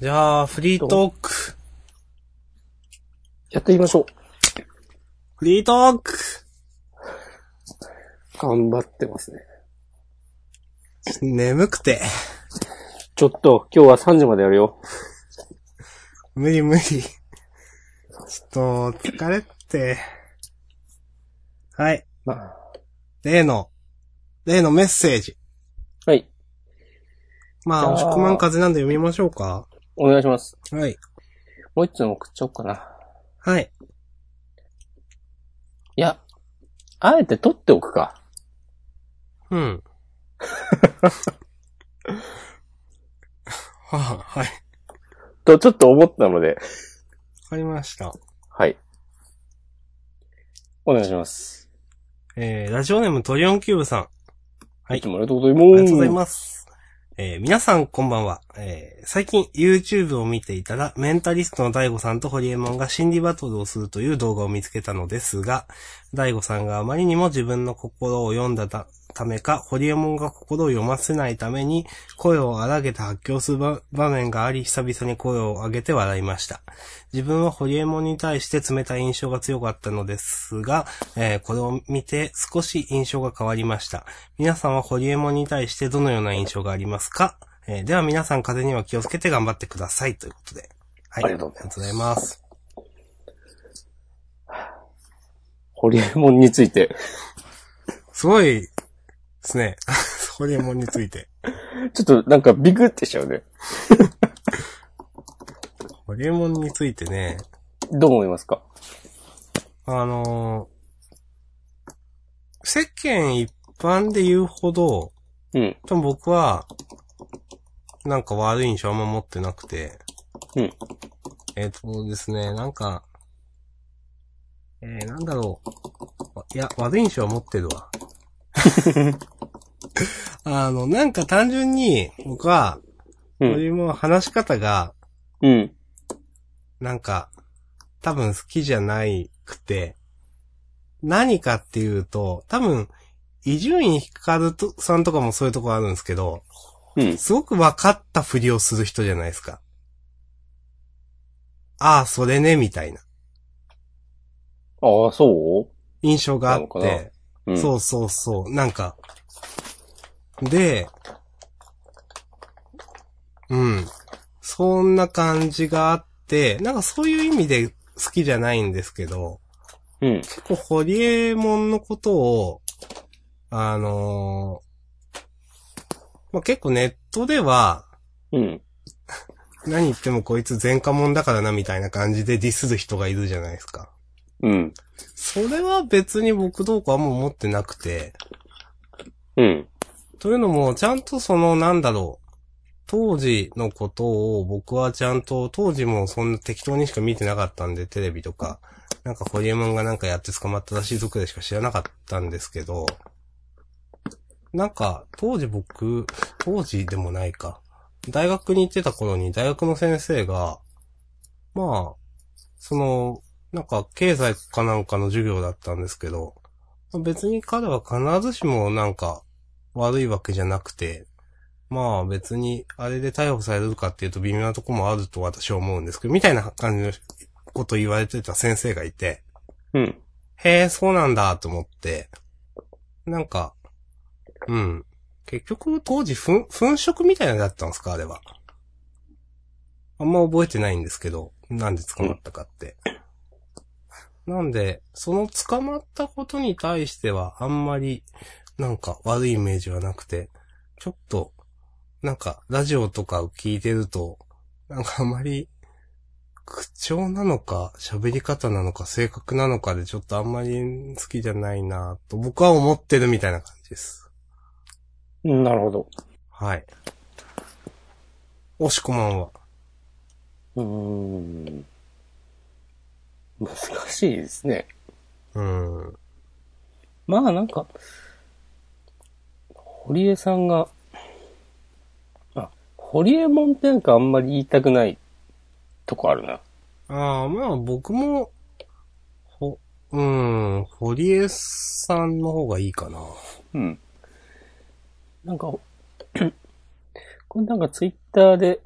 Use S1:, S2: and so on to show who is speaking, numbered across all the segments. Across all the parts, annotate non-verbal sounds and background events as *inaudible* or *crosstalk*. S1: じゃあ、フリートーク。
S2: やってみましょう。
S1: フリートーク
S2: 頑張ってますね。
S1: 眠くて。
S2: ちょっと、今日は3時までやるよ。
S1: 無理無理。ちょっと、疲れて。はい。
S2: まあ、
S1: 例の、例のメッセージ。
S2: はい。
S1: ま
S2: じ
S1: あ、
S2: ゃあ
S1: おしくまん風なんで読みましょうか。
S2: お願いします。
S1: はい。
S2: もう一つ送っちゃおうかな。
S1: はい。
S2: いや、あえて取っておくか。
S1: うん。 *laughs* はあ、はい。わ
S2: と、ちょっと思ったので。
S1: かりました。
S2: はい。お願いします。
S1: えー、ラジオネームトリオンキューブさん。はい
S2: いつもありがとうございます。
S1: ありがとうございます。えー皆さんこんばんは。えー最近 YouTube を見ていたら、メンタリストの大悟さんとホリエモンが心理バトルをするという動画を見つけたのですが、大悟さんがあまりにも自分の心を読んだたためか、ホリエモンが心を読ませないために、声を荒げて発狂する場場面があり、久々に声を上げて笑いました。自分はホリエモンに対して冷たい印象が強かったのですが、えーこれを見て少し印象が変わりました。皆さんはホリエモンに対してどのような印象がありますか、えーでは皆さん風邪には気をつけて頑張ってくださいということで。はい。
S2: ありがとう
S1: あり
S2: ございます
S1: がとうございます。
S2: ホリエモンについて。
S1: すごいですね。 *laughs* ホリエモンについて。
S2: ちょっと、なんか、ビクってしちゃうね。
S1: ホリエモンについてね、
S2: どう思いますか
S1: あのー世間一般で言うほど、
S2: うん。
S1: 多分僕は、なんか悪い印象あんま持ってなくて。
S2: うん
S1: えっ、とですね、なんか、えー、なんだろう。わいや、悪い印象は持ってる
S2: *laughs*
S1: わ。あの、なんか単純に、僕は、
S2: う
S1: こ
S2: ん。
S1: れも話し方が、
S2: うん。
S1: なんか、多分好きじゃないくて、何かっていうと、多分、伊集院光とさんとかもそういうとこあるんですけど、
S2: うん。
S1: すごく分かったふりをする人じゃないですか。ああ、それね、みたいな
S2: ああ、そ
S1: 印象があ
S2: な
S1: っ
S2: のか
S1: て、
S2: ううん。
S1: そうそうそう、なんか。で、うん。そんな感じがあって、なんかそういう意味で好きじゃないんですけど、
S2: う。うん。
S1: 結構ホリエモンのことを、あのーまあ、結構ネットでは、
S2: うん。
S1: 何言ってもこいつ前科者だからなみたいな感じでディスる人がいるじゃないですか。
S2: うん。
S1: それは別に僕どうかはもう思ってなくて。
S2: うん。
S1: というのも、ちゃんとそのなんだろう。当時のことを僕はちゃんと、当時もそんな適当にしか見てなかったんで、テレビとか。なんかホリエモンがなんかやって捕まったらしい族でしか知らなかったんですけど。なんか、当時僕、当時でもないか。大学に行ってた頃に大学の先生が、まあ、その、なんか経済かなんかの授業だったんですけど、別に彼は必ずしもなんか悪いわけじゃなくて、まあ別にあれで逮捕されるかっていうと微妙なとこもあると私は思うんですけど、みたいな感じのこと言われてた先生がいて、
S2: うん。
S1: へえ、そうなんだと思って、なんか、うん。結局当時粉、粉飾みたいなのだったんですかあれは。あんま覚えてないんですけど、なんで捕まったかって。なんで、その捕まったことに対してはあんまり、なんか悪いイメージはなくて、ちょっと、なんかラジオとかを聞いてると、なんかあまり口調なのか、喋り方なのか、性格なのかでちょっとあんまり好きじゃないなと僕は思ってるみたいな感じです。
S2: うんなるほど。
S1: はい。おしこまんは。
S2: うーん。難しいですね。
S1: うん。
S2: まあなんか、堀江さんが、あ、堀江門ってなんかあんまり言いたくないとこあるな。
S1: ああ、まあ僕も、ほ、うん、堀江さんの方がいいかな。
S2: うん。 *clears throat* なんか、これなんかツイッターで、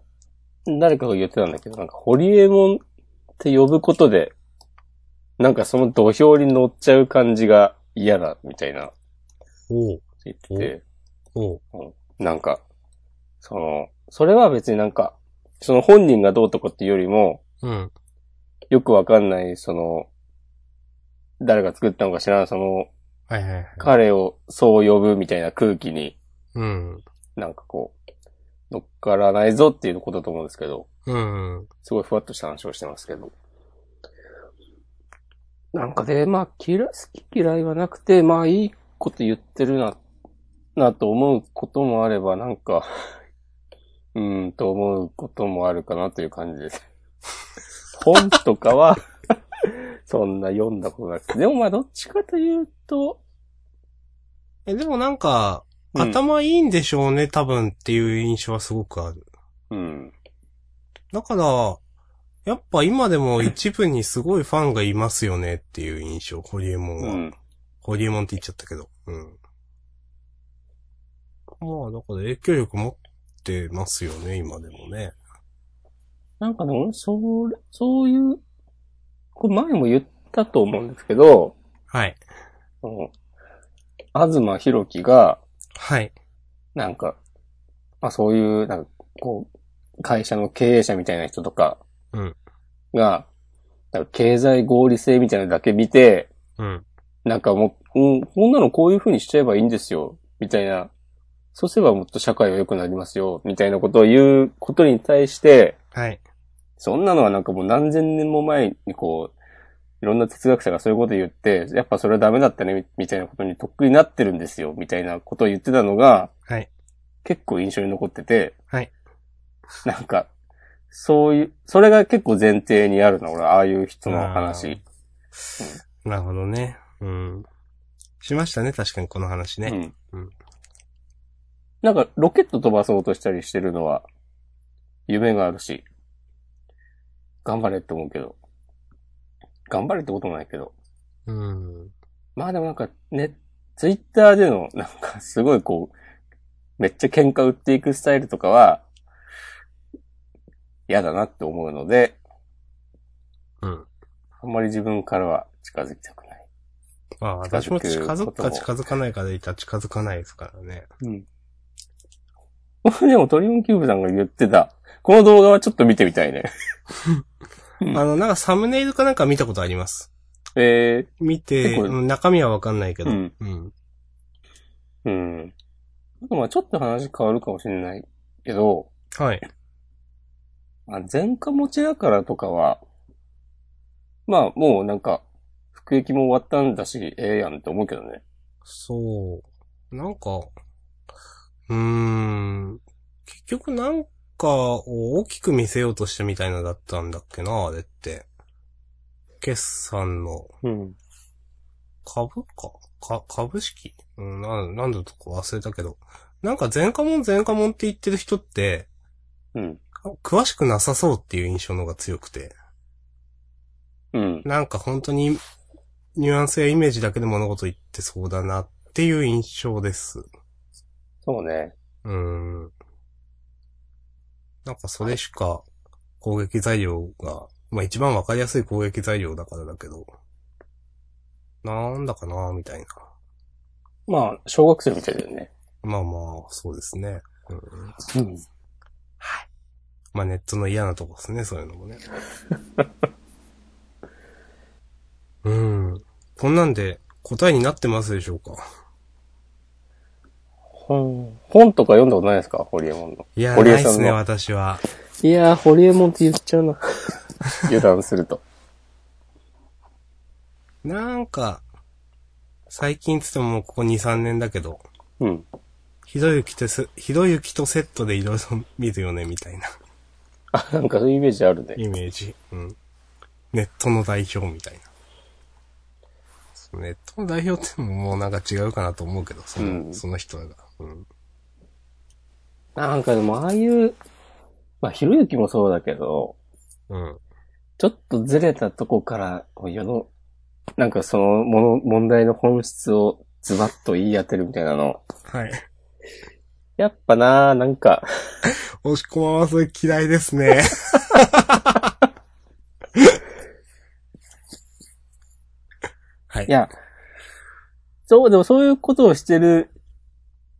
S2: 誰かが言ってたんだけど、なんか、ホリエモンって呼ぶことで、なんかその土俵に乗っちゃう感じが嫌だ、みたいな、
S1: おう、
S2: 言ってて、
S1: おう、
S2: なんか、その、それは別になんか、その本人がどうとかっていうよりも、
S1: うん、
S2: よくわかんない、その、誰が作ったのか知らない、その、
S1: はいはいはい。
S2: 彼をそう呼ぶみたいな空気に、
S1: うん、
S2: なんかこう、乗っからないぞっていうことだと思うんですけど、
S1: うん、
S2: すごいふわっとした話をしてますけど。なんかで、まあ、嫌い、好き嫌いはなくて、まあ、いいこと言ってるな、なと思うこともあれば、なんか、 *laughs* うーん、と思うこともあるかなという感じ *laughs* です。本とかは、そんな読んだことなくて。でもまあ、どっちかというと、
S1: え、でもなんか、
S2: うん
S1: 頭いいんでしょうね、多分っていう印象はすごくある。
S2: うん。
S1: だから、やっぱ今でも一部にすごいファンがいますよねっていう印象、ホリエモン
S2: う
S1: は。
S2: ん。
S1: ホリエモンって言っちゃったけど。うん。まあ、だから影響力持ってますよね、今でもね。
S2: なんかね、俺、それ、そういう、これ前も言ったと思うんですけど、
S1: はい。
S2: その、東博樹が、
S1: はい。
S2: なんか、まあそういう、なんか、こう、会社の経営者みたいな人とか、
S1: うん
S2: が、なんか経済合理性みたいなのだけ見て、
S1: うん。
S2: なんかもう、うん、こんなのこういう風にしちゃえばいいんですよ、みたいな。そうすればもっと社会は良くなりますよ、みたいなことを言うことに対して、
S1: はい。
S2: そんなのはなんかもう何千年も前にこう、いろんな哲学者がそういうこと言って、やっぱそれはダメだったね、みみたいなことにとっくになってるんですよ、みたいなことを言ってたのが、
S1: はい。
S2: 結構印象に残ってて、
S1: はい。
S2: なんか、そういう、それが結構前提にあるな、俺、ああいう人の話。
S1: なるほどね。うん。しましたね、確かにこの話ね。
S2: う
S1: うんん。
S2: なんか、ロケット飛ばそうとしたりしてるのは、夢があるし、頑張れって思うけど、頑張れってこともないけど、
S1: うん。
S2: まあでもなんかね、ツイッターでのなんかすごいこう、めっちゃ喧嘩売っていくスタイルとかは、嫌だなって思うので、
S1: うん。
S2: あんまり自分からは近づきたくない。 *laughs*
S1: まあ、
S2: 近づ
S1: 私
S2: く
S1: も近づく
S2: こと
S1: か
S2: も
S1: 近づかないかでいたら近づかないですからね。
S2: うん。でもトリオンキューブさんが言ってた、この動画はちょっと見てみたいね。うん
S1: あの、なんかサムネイルかなんか見たことあります。
S2: え
S1: 見て、
S2: 結構
S1: うん中身はわかんないけ
S2: ー、
S1: ど。
S2: う
S1: うん。
S2: ん。うん。あとまあちょっと話変わるかもしれないけど、
S1: はい。
S2: まあ、前科持ちだからとかは、まあもうなんか、服役も終わったんだし、ええやんって思うけどね。
S1: そう。なんか、うーん。結局なんかを大きく見せようとしたみたいなだったんだっけな、あれって。決算の
S2: うん。
S1: 株かか株式うん、な、なんだとか忘れたけど。なんか前科も前科もって言ってる人って、
S2: うん。
S1: か詳しくなさそうっていう印象の方が強くて。
S2: うん。
S1: なんか本当に、ニュアンスやイメージだけで物事言ってそうだなっていう印象です。
S2: そうね。
S1: うーん。なんかそれしか攻撃材料が、まあ一番わかりやすい攻撃材料だからだけど、なんだかなみたいな。
S2: まあ、小学生みたいだよね。
S1: まあまあ、そうですね。うん、
S2: うん。
S1: まあネットの嫌なとこですね、そういうのもね。うん。こんなんで答えになってますでしょうか
S2: 本、本とか読んだことないですかホリエモンの。
S1: いや、
S2: 堀江
S1: ないっ
S2: さん
S1: すね、
S2: の
S1: 私は。
S2: いやー、ホリエモンって言っちゃうな。 *laughs* 油断すると。
S1: なんか、最近つってももうここ2、3年だけど、
S2: うん。 *laughs*
S1: ひどゆきとせ、ひどゆきとセットでいろいろ見るよね、みた
S2: *laughs*
S1: いな
S2: あ、なんかそういうイメージあるね。
S1: イメージ。うん。ネットの代表みたいな。ネットの代表ってもうなんか違うかなと思うけど、その、
S2: うん
S1: その人が。うん。
S2: なんかでも、ああいう、まあ、ひろゆきもそうだけど、
S1: うん。
S2: ちょっとずれたとこから、世の、なんかそのもの、問題の本質をズバッと言い当てるみたいなの、
S1: はい。
S2: やっぱな、なんか、
S1: 押し込まはそれ嫌いです
S2: *laughs*
S1: ね。はいい。
S2: や、そう、でもそういうことをしてる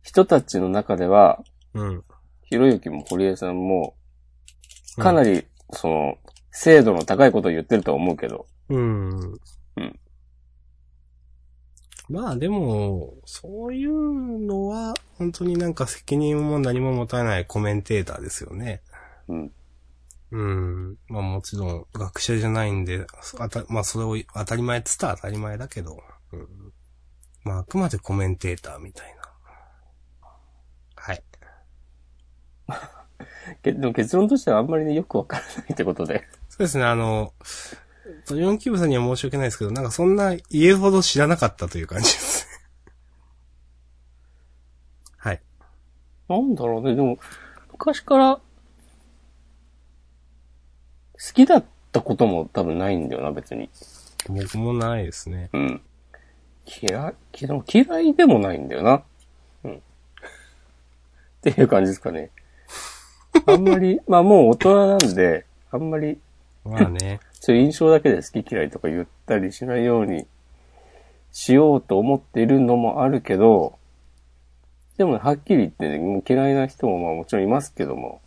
S2: 人たちの中では、
S1: うん。
S2: ひろゆきも堀江さんも、かなり、その、精度の高いことを言ってるとは思うけど、
S1: うん。
S2: ん
S1: まあでも、そういうのは、本当になんか責任も何も持たないコメンテーターですよね。
S2: うん。
S1: うん。まあもちろん、学者じゃないんで、そあたまあそれを当たり前っつったら当たり前だけど、うん。まああくまでコメンテーターみたいな。はい。
S2: けでも結論としてはあんまりね、よくわからないってことで。
S1: そうですね、あの、トリオンキューブさんには申し訳ないですけど、なんかそんな言えほど知らなかったという感じですね。 *laughs* はい。
S2: なんだろうね、でも、昔から、好きだったことも多分ないんだよな、別に。
S1: 僕もないですね。
S2: うん。嫌い、嫌い嫌いでもないんだよな。うん。 *laughs* っていう感じですかね。あんまり、 *laughs* まあもう大人なんで、あんまり、
S1: まあね。
S2: そういう印象だけで好き嫌いとか言ったりしないようにしようと思っているのもあるけど、でもはっきり言ってね、もう嫌いな人もまあもちろんいますけども、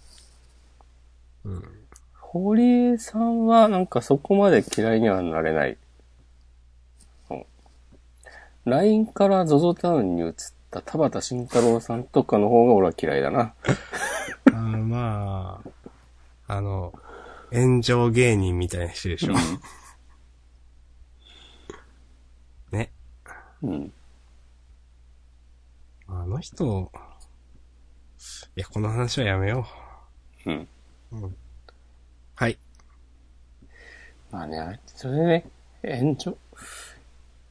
S1: うん。
S2: 堀江さんはなんかそこまで嫌いにはなれない。うん LINE から ZOZO タウンに移った田畑慎太郎さんとかの方が俺は嫌いだな。
S1: あーまあ、あの、炎上芸人みたいな人でしょ。 *laughs* ね。
S2: うん。
S1: あの人、いや、この話はやめよ
S2: うん。
S1: う。うん。はい。
S2: まあね、あれそれでね、炎上、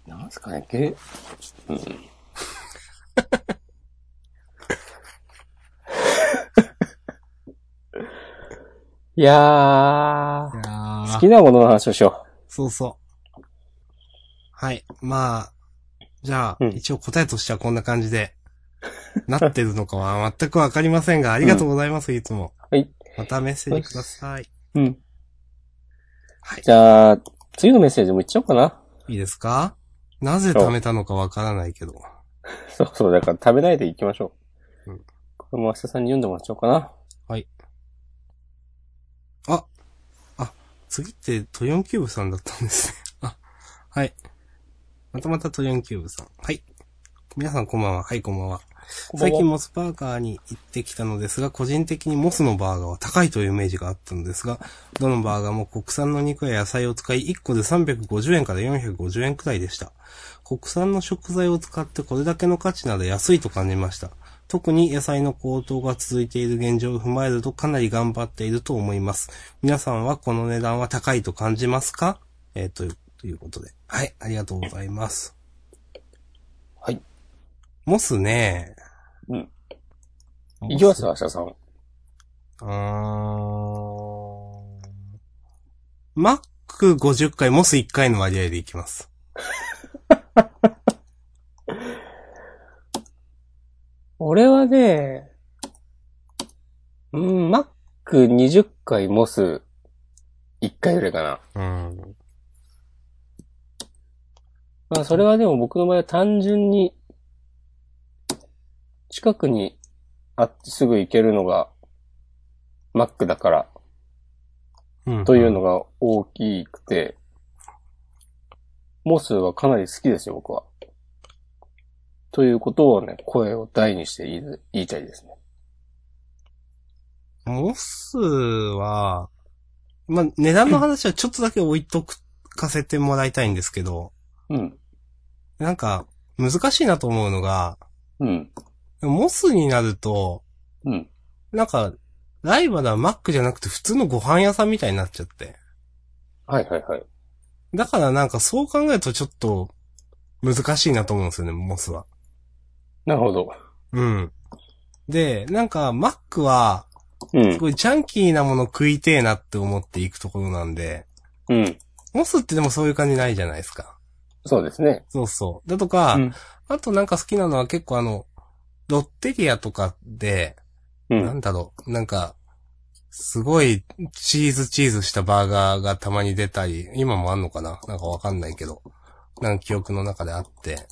S2: なんすかね、ゲー、うん。
S1: い、
S2: いやー
S1: やー
S2: 好きなものの話をしよ
S1: そうそう。はい。まあ、じゃあ、
S2: うん
S1: 一応答えとしてはこんな感じで、なってるのかは全くわかりませんが、ありがとうございます、いつも。
S2: う。はい。
S1: またメッセージください。
S2: うん。
S1: はい
S2: じゃあ、次のメッセージもいっちゃおうかな。 *laughs*
S1: いいですかなぜ貯めたのかわからないけど。
S2: そうそう、だから食べないでいきましょう。
S1: うん
S2: これも明日さんに読んでもらっちゃおうかな。
S1: あ、あ、次ってトリオンキューブさんだったんですね。 *laughs* あ、はい。またまたトリオンキューブさん。はい。皆さんこんばんは。はい、こんばんは。最近モスバーガーに行ってきたのですが、個人的にモスのバーガーは高いというイメージがあったのですが、どのバーガーも国産の肉や野菜を使い、1個で350円から450円くらいでした。国産の食材を使ってこれだけの価値なら安いと感じました。特に野菜の高騰が続いている現状を踏まえるとかなり頑張っていると思います。皆さんはこの値段は高いと感じますかえーという、ということで。はい、ありがとうございます。
S2: はい。
S1: モスね。
S2: うん。
S1: モス
S2: いきますよ、明日さん。
S1: うーん。マック50回、モス1回の割合でいきます。
S2: 俺はね、うん、マック20回モス1回ぐらいかな。
S1: うん。
S2: まあそれはでも僕の場合は単純に、近くにあってすぐ行けるのが、マックだから、
S1: うん、
S2: というのが大きくて、モスはかなり好きですよ、僕は。ということをね、声を大にして言い言いたいですね。
S1: モスは、まあ、値段の話はちょっとだけ置いとく、かせてもらいたいんですけど、
S2: うん。
S1: なんか、難しいなと思うのが、
S2: うん。
S1: モスになると、
S2: うん。
S1: なんか、ライバルはマックじゃなくて普通のご飯屋さんみたいになっちゃって。
S2: はいはいはい。
S1: だからなんかそう考えるとちょっと、難しいなと思うんですよね、モスは。
S2: なるほど。
S1: うん。で、なんか、マックは、
S2: うん
S1: す。ごいジャンキーなもの食いてえなって思っていくところなんで、
S2: うん。
S1: モスってでもそういう感じないじゃないですか。
S2: そうですね。
S1: そうそう。だとか、
S2: うん
S1: あとなんか好きなのは結構あの、ロッテリアとかで、
S2: う。
S1: なんんだろう、なんか、すごいチーズチーズしたバーガーがたまに出たり、今もあんのかななんかわかんないけど、なんか記憶の中であって。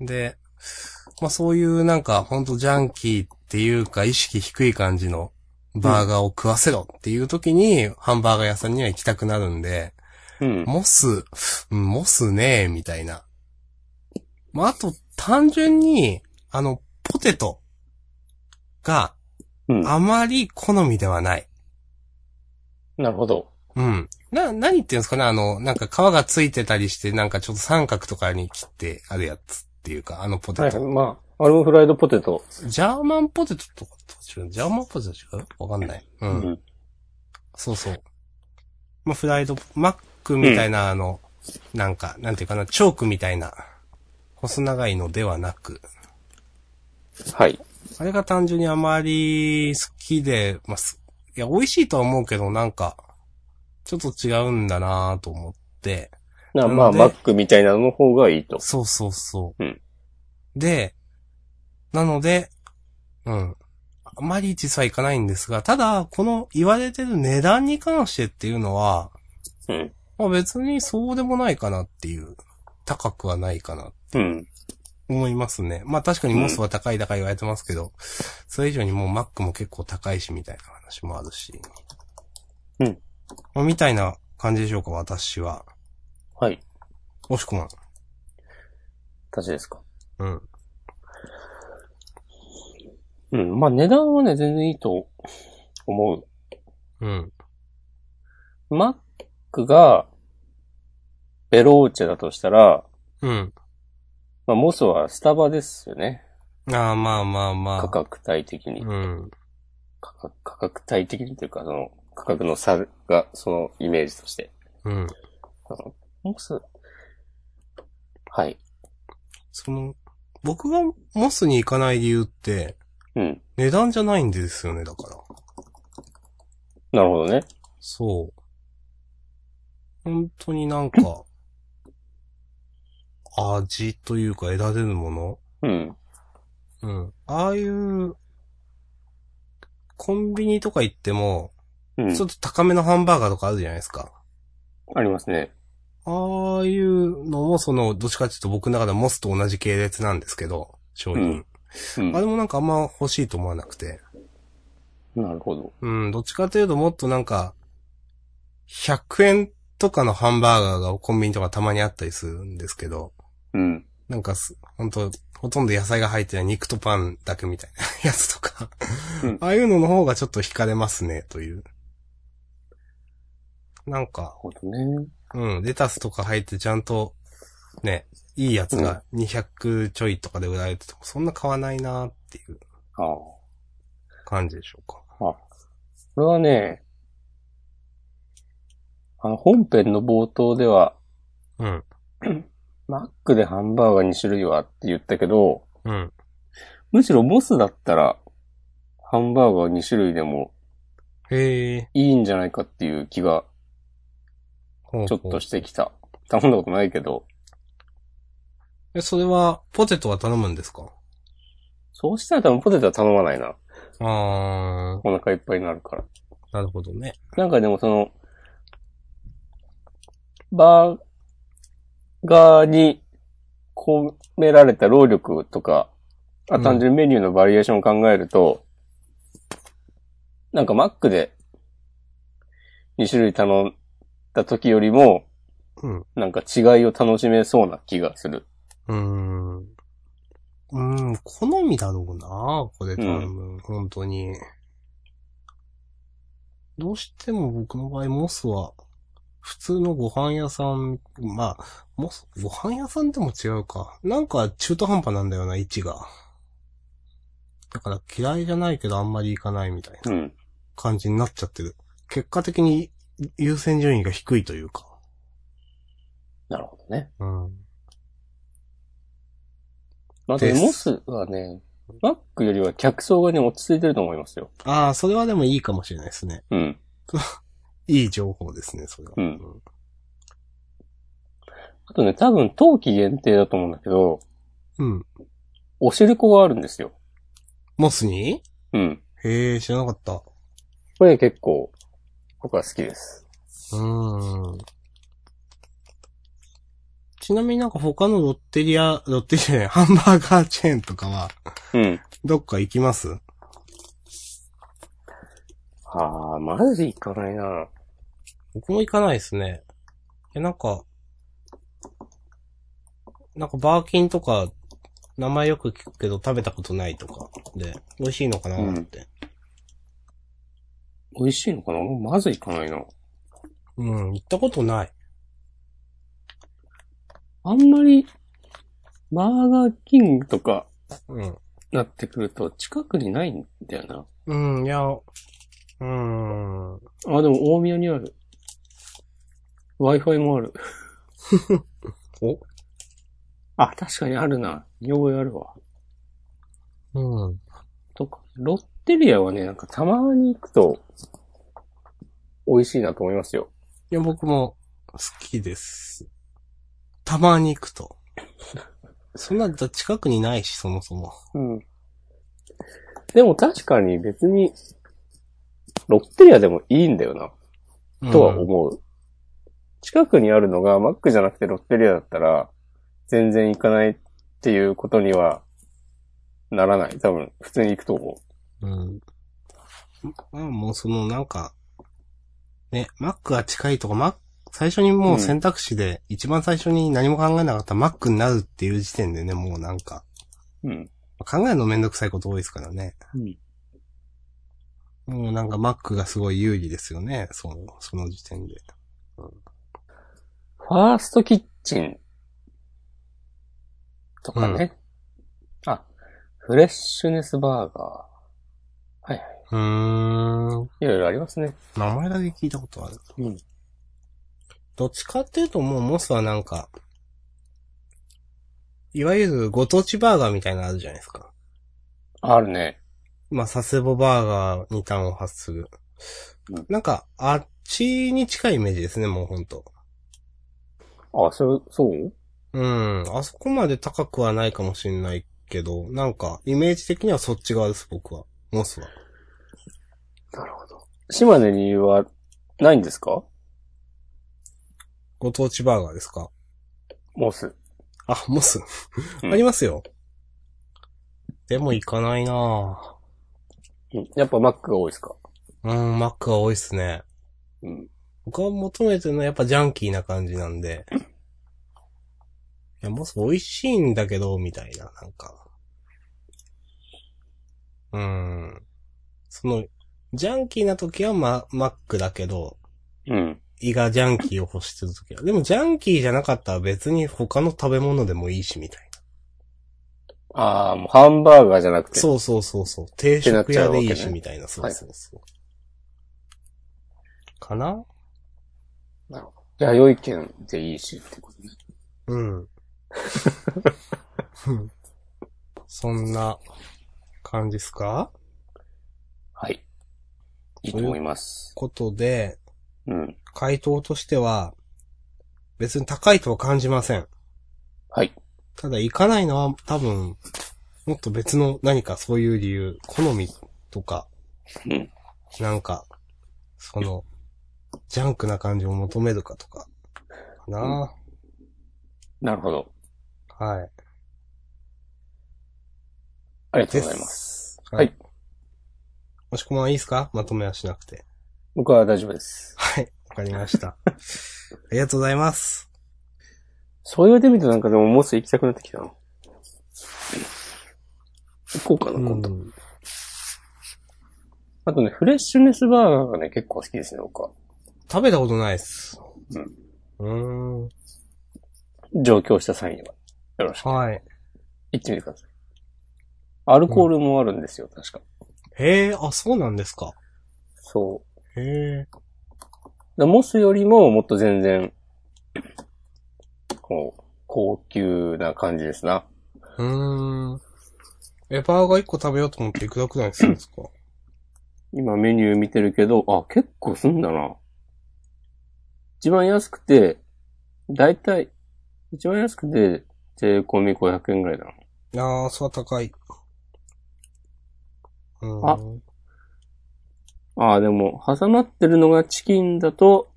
S1: で、まあそういうなんかほんとジャンキーっていうか意識低い感じのバーガーを食わせろっていう時に、ハンバーガー屋さんには行きたくなるんで、
S2: うん。
S1: モス、うんモスねえ、みたいな。まあ、あと、単純に、あの、ポテトが
S2: うん。
S1: あまり好みではない。
S2: なるほど。
S1: うん。な、何言ってんですかねあの、なんか皮がついてたりして、なんかちょっと三角とかに切ってあるやつっていうか、あのポ
S2: は
S1: テ
S2: いはい。
S1: ト。
S2: まあ、あれもフライドポテト。
S1: ジャーマンポテトとかと違うジャーマンポテト違うわかんない。う。。
S2: うん
S1: そうそう。まあ、フライド、マックみたいな、あの、なんか、なんていうかな、チョークみたいな、細長いのではなく、
S2: はい。
S1: あれが単純にあまり好きで、まあ、すいや、美味しいとは思うけど、なんか、ちょっと違うんだなぁと思って、
S2: な
S1: な
S2: ま
S1: の
S2: あ、
S1: で
S2: マックみたいなのの方がいいと。
S1: そうそうそう。
S2: うん
S1: で、なので、うん。あまり実は行かないんですが、ただ、この言われてる値段に関してっていうのは、
S2: うん。
S1: まあ別にそうでもないかなっていう、高くはないかな、
S2: うん。
S1: 思いますね。まあ確かにモスは高い高い言われてますけど、それ以上にもうマックも結構高いしみたいな話もあるし。
S2: うん。
S1: まあみたいな感じでしょうか、私は。
S2: はい。
S1: おしくまん。
S2: 私ですか。
S1: うん。
S2: うん。まあ、値段はね、全然いいと思う。
S1: うん。
S2: マックが、ベローチェだとしたら、
S1: うん。
S2: まあ、モスはスタバですよね。
S1: ああ、まあまあまあ。
S2: 価格帯的に。
S1: うん。
S2: 価格価格帯的にというか、その、価格の差が、そのイメージとして。
S1: うん。
S2: あのモス、はい。
S1: その、僕がモスに行かない理由って、
S2: うん。
S1: 値段じゃないんですよね、だから。
S2: なるほどね。
S1: そう。本当になん
S2: *laughs*
S1: か、味というか得られるもの
S2: うん。
S1: うん。ああいう、コンビニとか行っても、
S2: うん
S1: ちょ。っと高めのハンバーガーとかあるじゃないですか。
S2: ありますね。
S1: ああいうのもその、どっちかっていうと僕の中ではモスと同じ系列なんですけど、商品。
S2: うん。
S1: あれもなんかあんま欲しいと思わなくて。
S2: なるほど。
S1: うん、どっちかというともっとなんか、100円とかのハンバーガーがコンビニとかたまにあったりするんですけど、
S2: うん。
S1: なんかす、ほんと、ほとんど野菜が入ってない肉とパンだけみたいな *laughs* やつとか、
S2: うん
S1: ああいうのの方がちょっと惹かれますね、という。なんか、
S2: ほんとね。
S1: うん、レタスとか入ってちゃんと、ね、いいやつが200ちょいとかで売られてても、そんな買わないなっていう
S2: ああ。
S1: 感じでしょうか。
S2: これはね、あの、本編の冒頭では、
S1: うん、
S2: マックでハンバーガー2種類はって言ったけど、
S1: うん、
S2: むしろモスだったら、ハンバーガー2種類でも
S1: へえ、
S2: いいんじゃないかっていう気が
S1: ほう
S2: ちょっ
S1: ほう
S2: としてきた。頼んだことないけど、
S1: え、それは、ポテトは頼むんですか
S2: そうしたら多分ポテトは頼まないな。
S1: あー、
S2: お腹いっぱいになるから。
S1: なるほどね。
S2: なんかでもその、バーガーに込められた労力とか、あ
S1: うん
S2: 単純にメニューのバリエーションを考えると、なんかマックで2種類頼んだ時よりも、
S1: うん。
S2: なんか違いを楽しめそうな気がする。
S1: うーん。うーん、好みだろうなこれ多分、本当に。どうしても僕の場合、モスは、普通のご飯屋さん、まあ、モス、ご飯屋さんでも違うか。なんか中途半端なんだよな、位置が。だから嫌いじゃないけどあんまり行かないみたいな
S2: うん。
S1: 感じになっちゃってる。結果的に優先順位が低いというか。
S2: なるほどね。
S1: うん。
S2: まあ、で
S1: です
S2: モスはね、マックよりは客層がね、落ち着いてると思いますよ。
S1: ああ、それはでもいいかもしれないですね。
S2: うん。
S1: いい情報ですね、それは。
S2: うんあとね、多分、冬季限定だと思うんだけど、
S1: うん。
S2: おしるこがあるんですよ。
S1: モスに
S2: うん。
S1: へえ、知らなかった。
S2: これ結構、僕は好きです。
S1: うーん。ちなみになんか他のロッテリア、ロッテリアじゃない、ハンバーガーチェーンとかは、
S2: うん。
S1: どっか行きます
S2: ああ、マジ行かないな。
S1: 僕も行かないですね。え、なんか、なんかバーキンとか、名前よく聞くけど食べたことないとか、で、美味しいのかなって。
S2: 美味しいのかなまず行かないな。
S1: うん、行ったことない。
S2: あんまり、バーガーキングとか
S1: うん。
S2: なってくると近くにないんだよな。
S1: うん、いや、うーん。
S2: あ、でも大宮にある。Wi-Fi もある。
S1: お
S2: あ、確かにあるな。見覚えあるわ。
S1: うん。
S2: とか、ロッテリアはね、なんかたまに行くと、美味しいなと思いますよ。
S1: いや、僕も好きです。たまに行く
S2: *laughs*
S1: と。そんなだ近くにないし、そもそも。
S2: うん。でも確かに別に、ロッテリアでもいいんだよな。とは思う。近くにあるのがマックじゃなくてロッテリアだったら、全然行かないっていうことにはならない。多分、普通に行くと思
S1: うん。まあもうそのなんか、ね、マックが近いとか、マック、最初にもう選択肢で、一番最初に何も考えなかったらマックになるっていう時点でね、もうなんか、
S2: う。うん。
S1: 考えるのめんどくさいこと多いですからね。
S2: うん
S1: もうなんかマックがすごい有利ですよね、その、その時点で。
S2: ファーストキッチンとかね。あ、フレッシュネスバーガー。はいはいう
S1: ーん。
S2: いろいろありますね。
S1: 名前だけ聞いたことある。
S2: うん。
S1: どっちかっていうともうモスはなんか、いわゆるご当地バーガーみたいなのあるじゃないですか。
S2: あるね。
S1: まあ、佐世保バーガーに端を発する
S2: うん。
S1: なんか、あっちに近いイメージですね、もうほんと。
S2: あ、そ、そう
S1: うん。あそこまで高くはないかもしんないけど、なんか、イメージ的にはそっち側です、僕は。モスは。
S2: なるほど。島根にはないんですか
S1: ご当地バーガーですか
S2: モス。
S1: あ、モス。
S2: うん
S1: ありますよ。でも行かないな
S2: うんやっぱマックが多いですか
S1: ぁ。うん、マックは多いっすね。
S2: うん。
S1: 僕は求めてるのはやっぱジャンキーな感じなんで。いや、もうすぐ美味しいんだけど、みたいな、なんか。うーん。その、ジャンキーな時はママックだけど、
S2: うん。
S1: 胃がジャンキーを欲してる時は。でもジャンキーじゃなかったら別に他の食べ物でもいいし、みたいな。
S2: ああ、もうハンバーガーじゃなくて。
S1: そうそうそうそう。定
S2: なっ
S1: 食
S2: ちゃ
S1: 屋
S2: うわ
S1: で
S2: けね
S1: いいし、みたいな。そうそうそう。かな
S2: 弥生県でいいしってことね。
S1: うん。そんな感じですか
S2: はい。いいと思います。
S1: ことで、
S2: うん。
S1: 回答としては、別に高いとは感じません。
S2: はい。
S1: ただ行かないのは多分、もっと別の何かそういう理由、好みとか、
S2: うん
S1: なんか、その、ジャンクな感じを求めるかとか、かな、
S2: なるほど。
S1: はい。
S2: ありがと
S1: で
S2: うございます。
S1: す。
S2: はい。
S1: もしこまんはいいですかまとめはしなくて。
S2: 僕は大丈夫です。
S1: はい、わかりま
S2: *laughs*
S1: した。ありがとうございます。
S2: そう言われてみてなんかでももうすぐ行きたくなってきたの。行こうかな、今
S1: う
S2: 度。
S1: ん
S2: あとね、フレッシュネスバーガーがね、結構好きですね、僕は。
S1: 食べたことないです。うん。ん。
S2: 上京した際には。よろしく。
S1: はい。
S2: 行ってみてください。アルコールもあるんですよ、確か。
S1: へえ、あ、そうなんですか。
S2: そう。
S1: へえ。
S2: だモスよりももっと全然、こう、高級な感じですな。
S1: うーん。え、バーガー1個食べようと思っていくらくらいするんです
S2: *laughs*
S1: か
S2: 今メニュー見てるけど、あ、結構すんだな。一番安くて、だいたい、一番安くて、税込み500円ぐらいだな。
S1: あー、そう高い。うん
S2: あああ、でも、挟まってるのがチキンだと、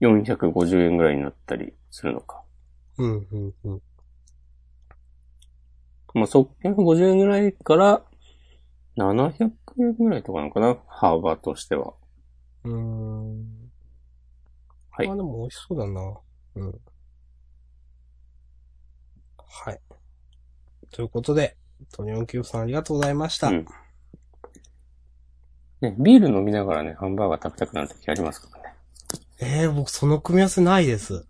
S2: 450円ぐらいになったりするのか。
S1: うん、うん、うん。
S2: まあ、そ、450円ぐらいから、700円ぐらいとかなのかな幅としては。
S1: うーん。
S2: はい
S1: まあでも美味しそうだな。うん。はい。ということで、トニオンキューブさんありがとうございました。
S2: うんね、ビール飲みながらね、ハンバーガー食べたくなる時ありますからね。
S1: ええー、僕その組み合わせないです。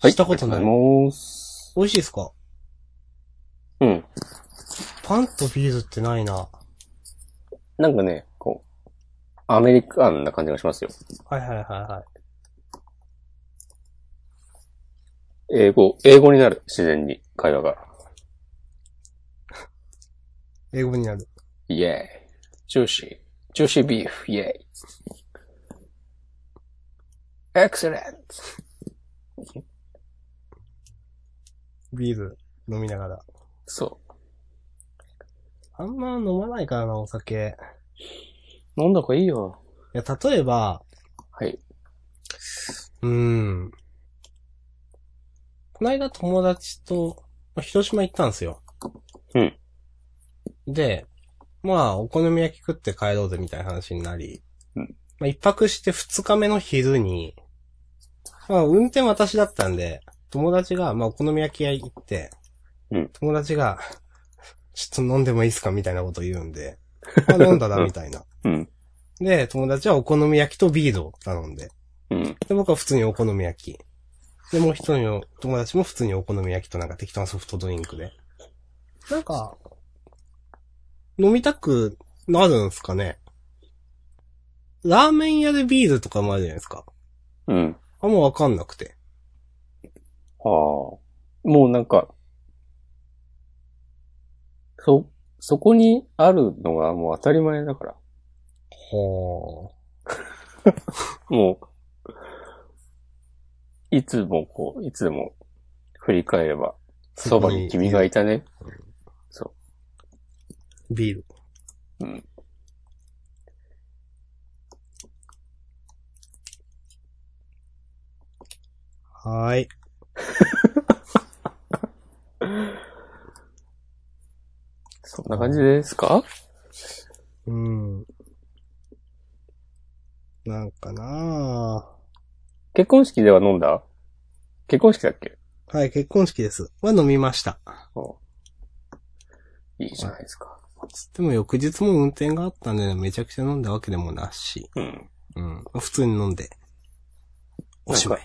S2: はい。
S1: したことない
S2: ありがとうございます。
S1: 美味しいですか
S2: うん。
S1: パンとビールってないな。
S2: なんかね、こう、アメリカンな感じがしますよ。
S1: はいはいはいはい。
S2: 英語、英語になる、自然に、会話が。
S1: 英語になる。
S2: イェーイ。ジューシー。ジューシービーフ、イェーイ。エクセレント
S1: ビール飲みながら。
S2: そ
S1: あんま飲まないからな、お酒。
S2: う。飲んだ方がいいよ。
S1: いや、例えば、
S2: はい。
S1: うーん。こないだ友達と、まあ広島行ったんですよ。
S2: うん。
S1: で、まあ、お好み焼き食って帰ろうぜみたいな話になり、
S2: うん
S1: まあ、一泊して二日目の昼に、まあ、運転私だったんで、友達が、まあ、お好み焼き屋行って、
S2: うん
S1: 友達が、ちょっと飲んでもいいっすかみたいなこと言うんで、まあ、飲んだらみたいな。
S2: うん。
S1: で、友達はお好み焼きとビールを頼んで、
S2: うん。
S1: で、僕は普通にお好み焼き。で、もう一人の友達も普通にお好み焼きとなんか適当なソフトドリンクで。なんか、飲みたくなるんすかねラーメン屋でビールとかもあるじゃないですか。
S2: うん。
S1: あんまわかんなくて。
S2: はあ。もうなんか、そ、そこにあるのがもう当たり前だから。
S1: は
S2: もう、いつもこう、いつでも振り返れば、そばに君がいたね。
S1: あ。ビール。
S2: うん。
S1: はーい。
S2: そんな感じですか
S1: うん。なんかなぁ。
S2: 結婚式では飲んだ結婚式だっけ
S1: はい、結婚式です。は飲みました。
S2: そういいじゃないですか。
S1: つっても翌日も運転があったんで、めちゃくちゃ飲んだわけでもなし。
S2: うん。
S1: うん。普通に飲んで。おしまい。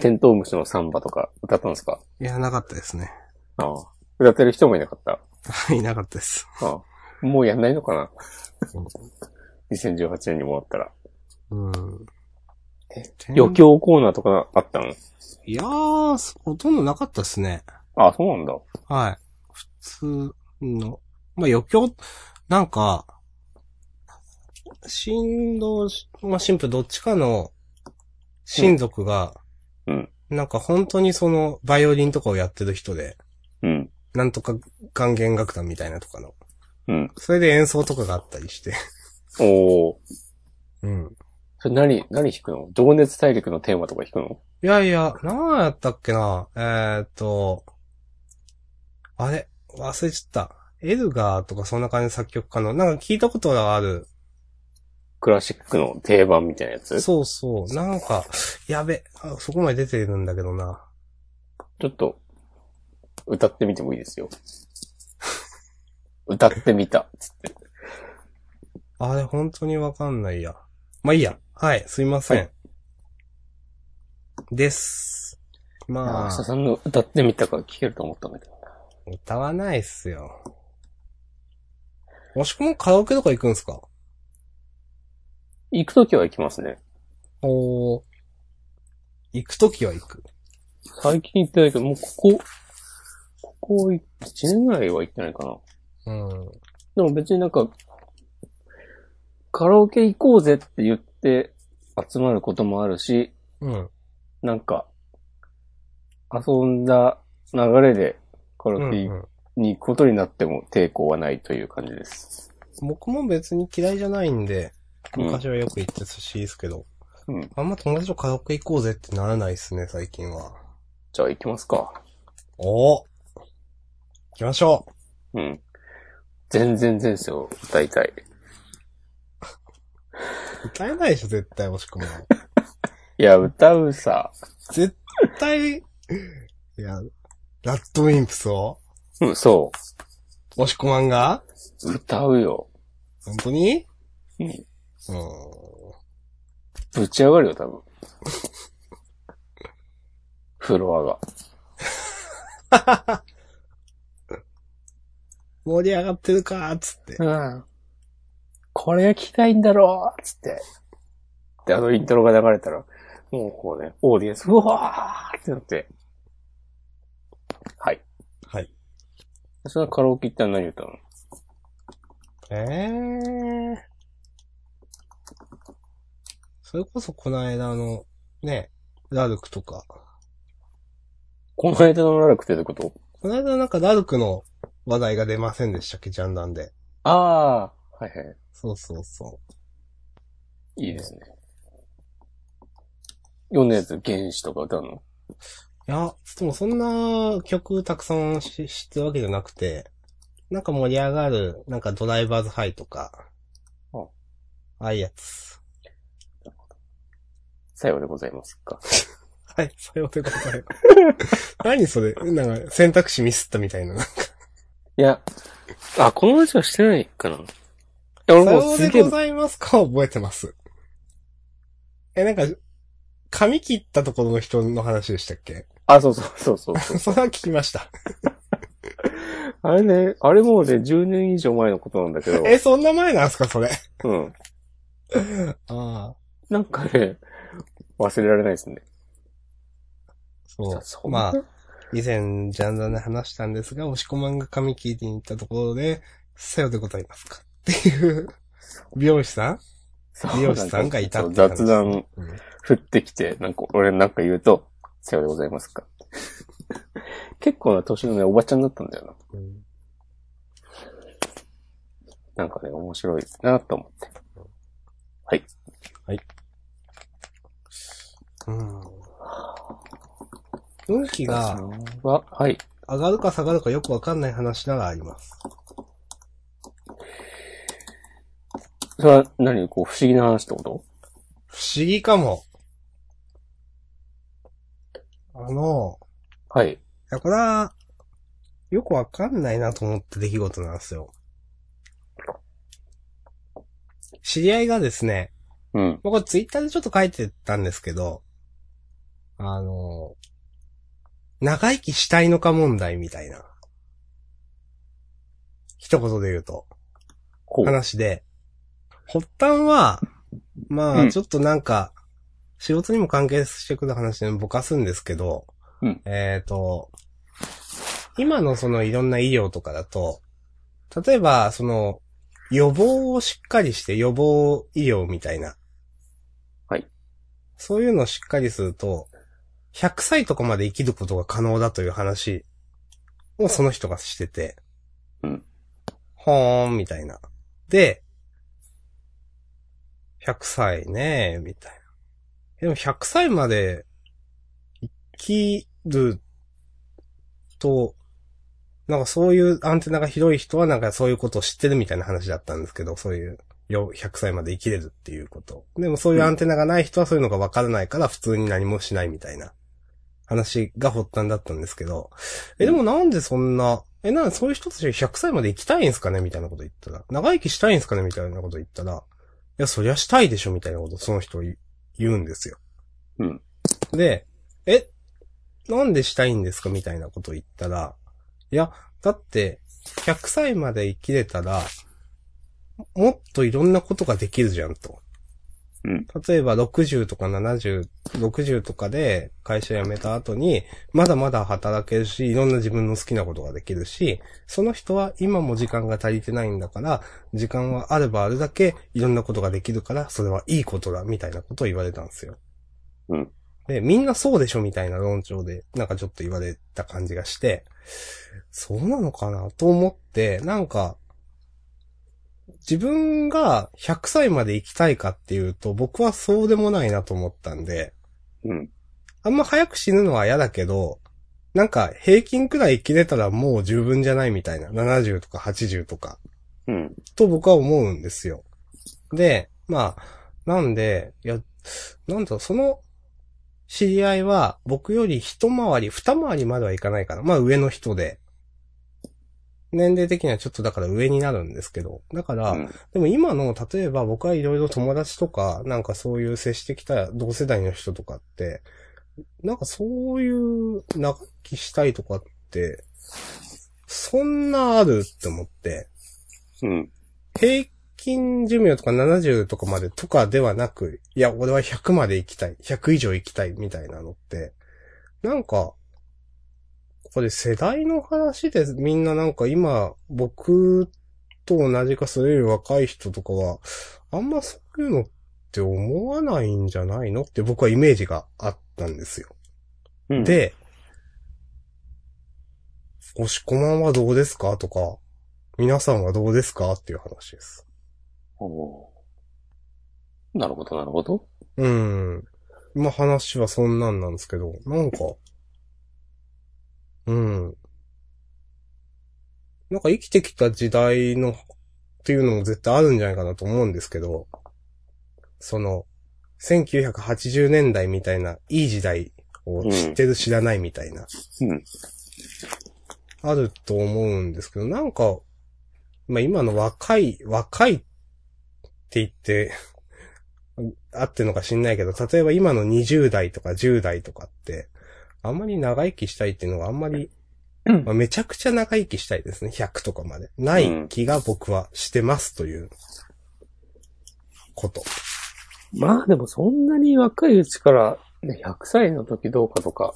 S2: テントウムシのサンバとか歌ったんですか
S1: いや、なかったですね。
S2: ああ。歌ってる人もいなかった。
S1: はい、なかったです。
S2: ああ。もうやんないのかな
S1: うん
S2: ?2018 年に戻ったら。
S1: うん。
S2: 余。興コーナーとかあったの
S1: いやー、ほとんどなかったですね。
S2: ああ、そうなんだ。
S1: はい。普通の。まあ、余興、なんか、新郎、まあ、新婦どっちかの親族が、
S2: うんうん
S1: なんか本当にその、バイオリンとかをやってる人で、
S2: うん。
S1: なんとか管弦楽団みたいなとかの。
S2: うん。
S1: それで演奏とかがあったりして。
S2: おー。
S1: うん。
S2: それ何、何弾くの情熱大陸のテーマとか弾くの
S1: いやいや、なんやったっけなえー、っと、あれ忘れちゃった。エルガーとかそんな感じの作曲家の、なんか聞いたことがある。
S2: クラシックの定番みたいなやつち
S1: そうそう。なんか、やべ、あそこまで出てるんだけどな。
S2: ょっと、歌ってみてもいいですよ。 *laughs* 歌ってみた。つって
S1: あれ、本当にわかんないや。まあいいや。はい、すいません。
S2: はい
S1: です。ま
S2: あ
S1: あ
S2: あ、、さんの歌ってみたから聞けると思ったんだけど。
S1: 歌わないっすよ。もしくもカラオケとか行くんすか
S2: 行くときは行きますね。
S1: おお。行くときは行く。
S2: 最近行ってないけど、もうここ、ここ1年ぐらいは行ってないかな。
S1: うん。
S2: でも別になんか、カラオケ行こうぜって言って集まることもあるし、
S1: うん。
S2: なんか、遊んだ流れでカラオケ行
S1: うん
S2: に行くことになっても抵抗はないという感じです。
S1: 僕も別に嫌いじゃないんで、
S2: うん
S1: 昔はよく行ってたし、いいですけど、
S2: うん。
S1: あんま友達と家族行こうぜってならないですね、最近は。
S2: じゃあ行きますか。
S1: おお行きましょ
S2: うん。全然前世を歌いたい。
S1: う歌えないでしょ、絶対、惜しくも。
S2: いや、歌うさ。
S1: 絶対、いや、ラッドウィンプスを
S2: うん、そ
S1: 押し込まんが
S2: う。歌うよ。
S1: 本当に
S2: うん
S1: うーん。
S2: ぶち上がるよ、多分。フロアが。
S1: 盛り上がってるかーっつって。
S2: うん。これが聞きたいんだろうつって。で、あのイントロが流れたら、もうこうね、オーディエンス、うわーってなって。はい。
S1: はい。
S2: それはカラオケ行ったら何歌うの
S1: ええー。それこそこの間の、ね、ラルクとか。
S2: この間のラルクってどういうこと
S1: この間なんかラルクの話題が出ませんでしたっけ、ジャンダンで。
S2: ああ、はいは
S1: そうそうそう。
S2: い。いいですね。読んだやつ、原始とか歌うの
S1: いや、でもそんな曲たくさんし知ってるわけじゃなくて、なんか盛り上がる、なんかドライバーズハイとか、
S2: あ
S1: ああいうやつ。
S2: 最後でございますか。
S1: はい、さようでございます。
S2: *laughs*
S1: 何それなんか選択肢ミスったみたいな。
S2: いや、あ、この話はしてないかな。いや、俺
S1: さ
S2: も
S1: よ
S2: う
S1: う
S2: す
S1: で
S2: げえ
S1: ご、ざいますか覚えてます。え、なんか、髪切ったところの人の話でしたっけ *laughs*
S2: あ、そうそうそうそうそう。
S1: それは聞きました。
S2: あれね、あれもうね、10年以上前のことなんだけど、
S1: え、そんな前なんすかそれ。
S2: うん。
S1: ああ、
S2: なんかね、忘れられないですね。
S1: そ。
S2: そうんな
S1: まあ、以前、ジャンダンで話したんですが、押し込まんが髪切りに行ったところで、さようでございますかっていう、美容師さん
S2: そ
S1: 美容師さんがいたっ
S2: うなん
S1: て
S2: か
S1: 感じ
S2: そう雑談
S1: うん
S2: 振ってきて、なんか俺なんか言うと、さようでございますか。結構な年のね、おばちゃんだったんだよな。
S1: うん
S2: なんかね、面白いなと思って。
S1: うん。運気が
S2: は、はい。
S1: 上がるか下がるかよくわかんない話ならあります。
S2: それは何こう、不思議な話ってこと
S1: 不思議かも。あの、
S2: はい。
S1: いや、これは、よくわかんないなと思った出来事なんですよ。知り合いがですね、
S2: うん。
S1: 僕はツイッターでちょっと書いてたんですけど、あの、長生きしたいのか問題みたいな。一言で言うと。
S2: こう。
S1: 話で、発端は、ま
S2: う
S1: あ、
S2: ん
S1: ちょっとなんか、仕事にも関係してくる話でぼかすんですけど、
S2: うん
S1: えっ、と、今のそのいろんな医療とかだと、例えば、その、予防をしっかりして予防医療みたいな。
S2: はい。
S1: そういうのをしっかりすると、100歳とかまで生きることが可能だという話をその人がしてて。
S2: うん。
S1: ほーん、みたいな。で、100歳ね、みたいな。でも100歳まで生きると、なんかそういうアンテナが広い人はなんかそういうことを知ってるみたいな話だったんですけど、そういうよ100歳まで生きれるっていうこと。でもそういうアンテナがない人はそういうのがわからないから普通に何もしないみたいな話が発端だったんですけど、え、でもなんでそんな、え、なんでそういう人たち100歳まで生きたいんすかねみたいなこと言ったら、長生きしたいんすかねみたいなこと言ったら、いや、そりゃしたいでしょみたいなことその人言言うんですよ。
S2: うん。
S1: で、え、なんでしたいんですかみたいなこと言ったら、いや、だって、100歳まで生きれたら、もっといろんなことができるじゃんと。
S2: うん
S1: 例えば60とか70、60とかで会社辞めた後に、まだまだ働けるし、いろんな自分の好きなことができるし、その人は今も時間が足りてないんだから、時間はあればあるだけいろんなことができるから、それはいいことだ、みたいなことを言われたんですよ。
S2: うん。
S1: で、みんなそうでしょみたいな論調で、なんかちょっと言われた感じがして、そうなのかなと思って、なんか、自分が100歳まで生きたいかっていうと、僕はそうでもないなと思ったんで、
S2: うん。
S1: あんま早く死ぬのは嫌だけど、なんか平均くらい生きれたらもう十分じゃないみたいな。70とか80とか。
S2: うん。
S1: と僕は思うんですよ。で、まあ、なんで、いや、なんだろう、その知り合いは僕より一回り、二回りまではいかないかな。まあ上の人で。年齢的にはちょっとだから上になるんですけど。だから、
S2: うん
S1: でも今の、例えば僕はいろいろ友達とか、なんかそういう接してきた同世代の人とかって、なんかそういう長生きしたいとかって、そんなあるって思って。
S2: うん。
S1: 平均寿命とか70とかまでとかではなく、いや、俺は100まで生きたい。100以上生きたいみたいなのって、なんか、これ世代の話でみんななんか今、僕と同じかそれより若い人とかは、あんまそういうのって思わないんじゃないのって僕はイメージがあったんですよ。
S2: うん、
S1: で、押し込まんはどうですかとか、皆さんはどうですかっていう話です。
S2: おーなるほど、なるほど。
S1: うん。まあ話はそんなんなんですけど、なんか、うん。なんか生きてきた時代の、っていうのも絶対あるんじゃないかなと思うんですけど、その、1980年代みたいな、いい時代を知ってる知らないみたいな。
S2: うん。
S1: あると思うんですけど、なんか、まあ今の若い、若いって言って、あってんのか知んないけど、例えば今の20代とか10代とかって、あんまり長生きしたいっていうのがあんまり、
S2: うん
S1: まあ、めちゃくちゃ長生きしたいですね。100とかまで。ない気が僕はしてますという、こと。
S2: まあでもそんなに若いうちから、ね、100歳の時どうかとか、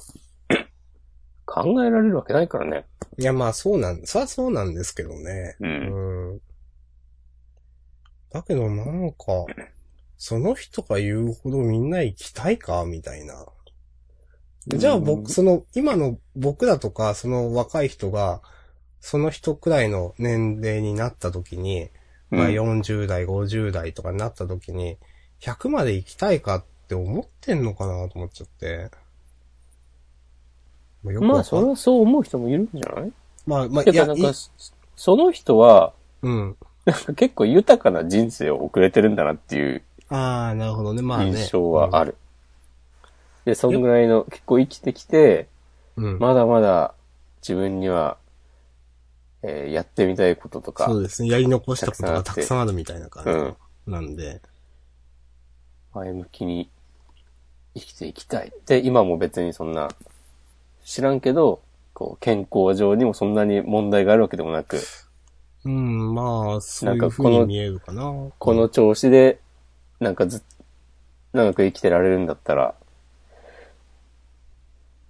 S2: *clears throat* 考えられるわけないからね。
S1: いやまあそうなん、そりゃそうなんですけどね。
S2: う
S1: う。んだけどなんか、その人が言うほどみんな行きたいかみたいな。じゃあ僕、その、今の僕だとか、その若い人が、その人くらいの年齢になった時に、
S2: うん、
S1: まあ40代、50代とかになった時に、100まで行きたいかって思ってんのかなと思っちゃって。まあ、よく
S2: まあ
S1: わか
S2: そ
S1: ん
S2: れはそう思う人もいるんじゃない
S1: まあ、まあ、
S2: て
S1: いや
S2: か、なん
S1: い
S2: か、その人は、
S1: うん。
S2: なんか結構豊かな人生を送れてるんだなっていう
S1: ああ、なるほどね、まあね。
S2: 印象はある。で、そんぐらいの、結構生きてきて、
S1: うん。
S2: まだまだ自分には、えーやってみたいこととか、
S1: そうですね。やり残したことが
S2: た
S1: た
S2: く
S1: く
S2: さ
S1: さんあるみたいな感じなんで。
S2: 前向きに生きていきたい。で、今も別にそんな、知らんけど、こう、健康上にもそんなに問題があるわけでもなく、
S1: うん、まあ、そうい
S2: な
S1: うん
S2: かこ
S1: 風
S2: の
S1: に見えるかな。
S2: この調子で、なんかずっ、長く生きてられるんだったら、っ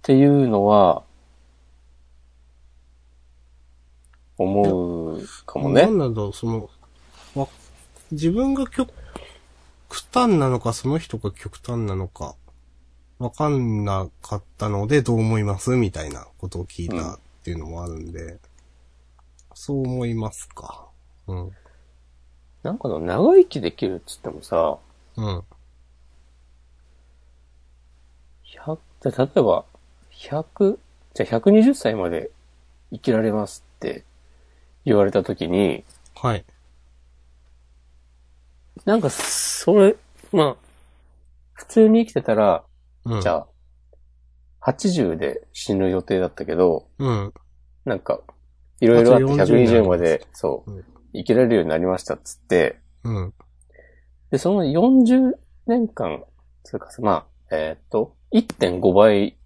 S2: ていうのは、思うかもね
S1: な。んだろう、その、わ自分が極端なのか、その人が極端なのか、わかんなかったので、どう思いますみたいなことを聞いたっていうのもあるんで、そう思いますか。うん。
S2: なんかの長生きできるっつってもさ、
S1: うん。
S2: 100じゃあ例えば、100、じゃあ120歳まで生きられますって言われたときに、
S1: はい。
S2: なんか、それ、まあ、普通に生きてたら、
S1: うん。
S2: じゃあ、80で死ぬ予定だったけど、
S1: うん。
S2: なんか、いろいろあって
S1: あと40になります
S2: 120まで、そう
S1: うん、
S2: 生きられるようになりましたっつって、
S1: うん。
S2: で、その40年間、つうか、まあ、えーっと、1.5倍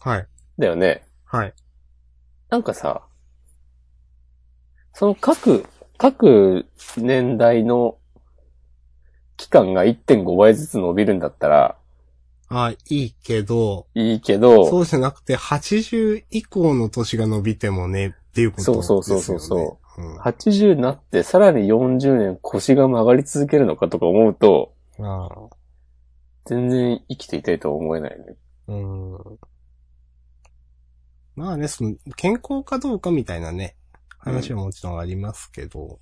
S1: はい。
S2: だよね。
S1: はい。
S2: なんかさ、その各、各年代の期間が1.5倍ずつ伸びるんだったら
S1: あいいけど、
S2: いいけど、
S1: そうじゃなくて、80以降の年が伸びてもね、っていうことです
S2: そ
S1: よ
S2: う
S1: ね。。
S2: そうそうそう
S1: うん、あ
S2: 80になってさらに40年腰が曲がり続けるのかとか思うと、
S1: あ。
S2: 全然生きていたいとは思えないね。
S1: うん。まあね、その、健康かどうかみたいなね、話はもちろんありますけど、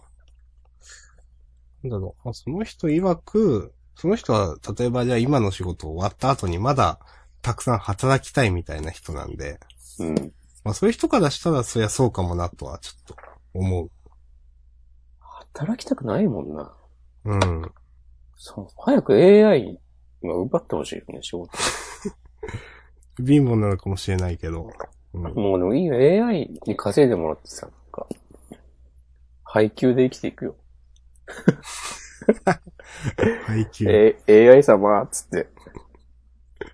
S1: なんだろう、あその人曰く、その人は、例えばじゃあ今の仕事終わった後にまだ、たくさん働きたいみたいな人なんで、
S2: うん。
S1: まあそういう人からしたらそりゃそうかもなとはちょっと思う。
S2: 働きたくないもんな。
S1: うん。
S2: そう。早く AI が奪ってほしいよね、仕事。
S1: 貧乏なのかもしれないけど。
S2: *laughs*
S1: うん。
S2: もうでもいいよ、AI に稼いでもらってさ、なんか、配給で生きていくよ。
S1: 配給。
S2: え、AI 様、つって。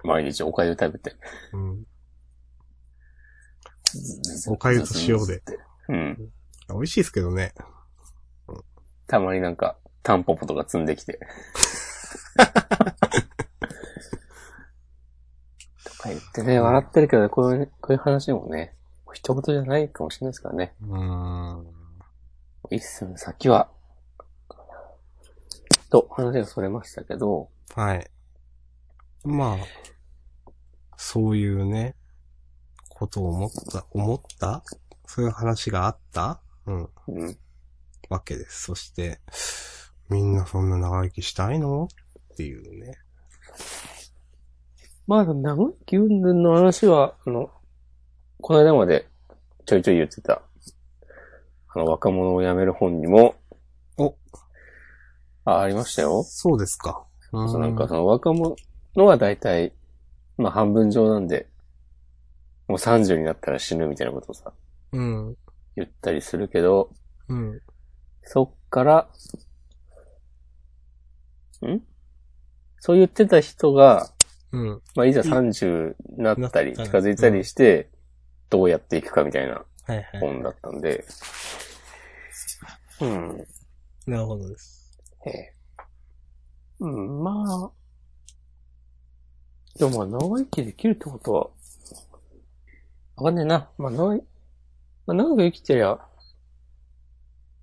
S2: 毎日おかゆ食べて。
S1: うん。おかゆと塩で。
S2: うん。
S1: 美味しいですけどね。
S2: たまになんか、タンポポとか積んできて。とか言ってね、笑ってるけど、こういう、こういう話もね、一言じゃないかもしれないですからね。
S1: うーん。
S2: 一寸先は、と話がそれましたけど、
S1: はい。まあ、そういうね、ことを思った、思ったそういう話があったうん。
S2: うん。
S1: わけです。そして、みんなそんな長生きしたいのっていうね。
S2: まあ、長生き云々の話は、あの、この間までちょいちょい言ってた、あの、若者を辞める本にも、
S1: お
S2: あ、ありましたよ。
S1: そうですか。う
S2: そうなんかその若者は大体、まあ半分上なんで、もう30になったら死ぬみたいなことをさ、
S1: うん。
S2: 言ったりするけど、
S1: うん。
S2: そっから、んそう言ってた人が、
S1: うん。
S2: まあいざ30になったり、
S1: なった
S2: 近づいたりして、どうやっていくかみたいな
S1: はいはい。
S2: 本だったんで、うん。
S1: なるほどです。
S2: ええ。うん、まあ。でもまあ、長生きできるってことは、わかんねえな。まあ、長い、まあ、長く生きてりゃ、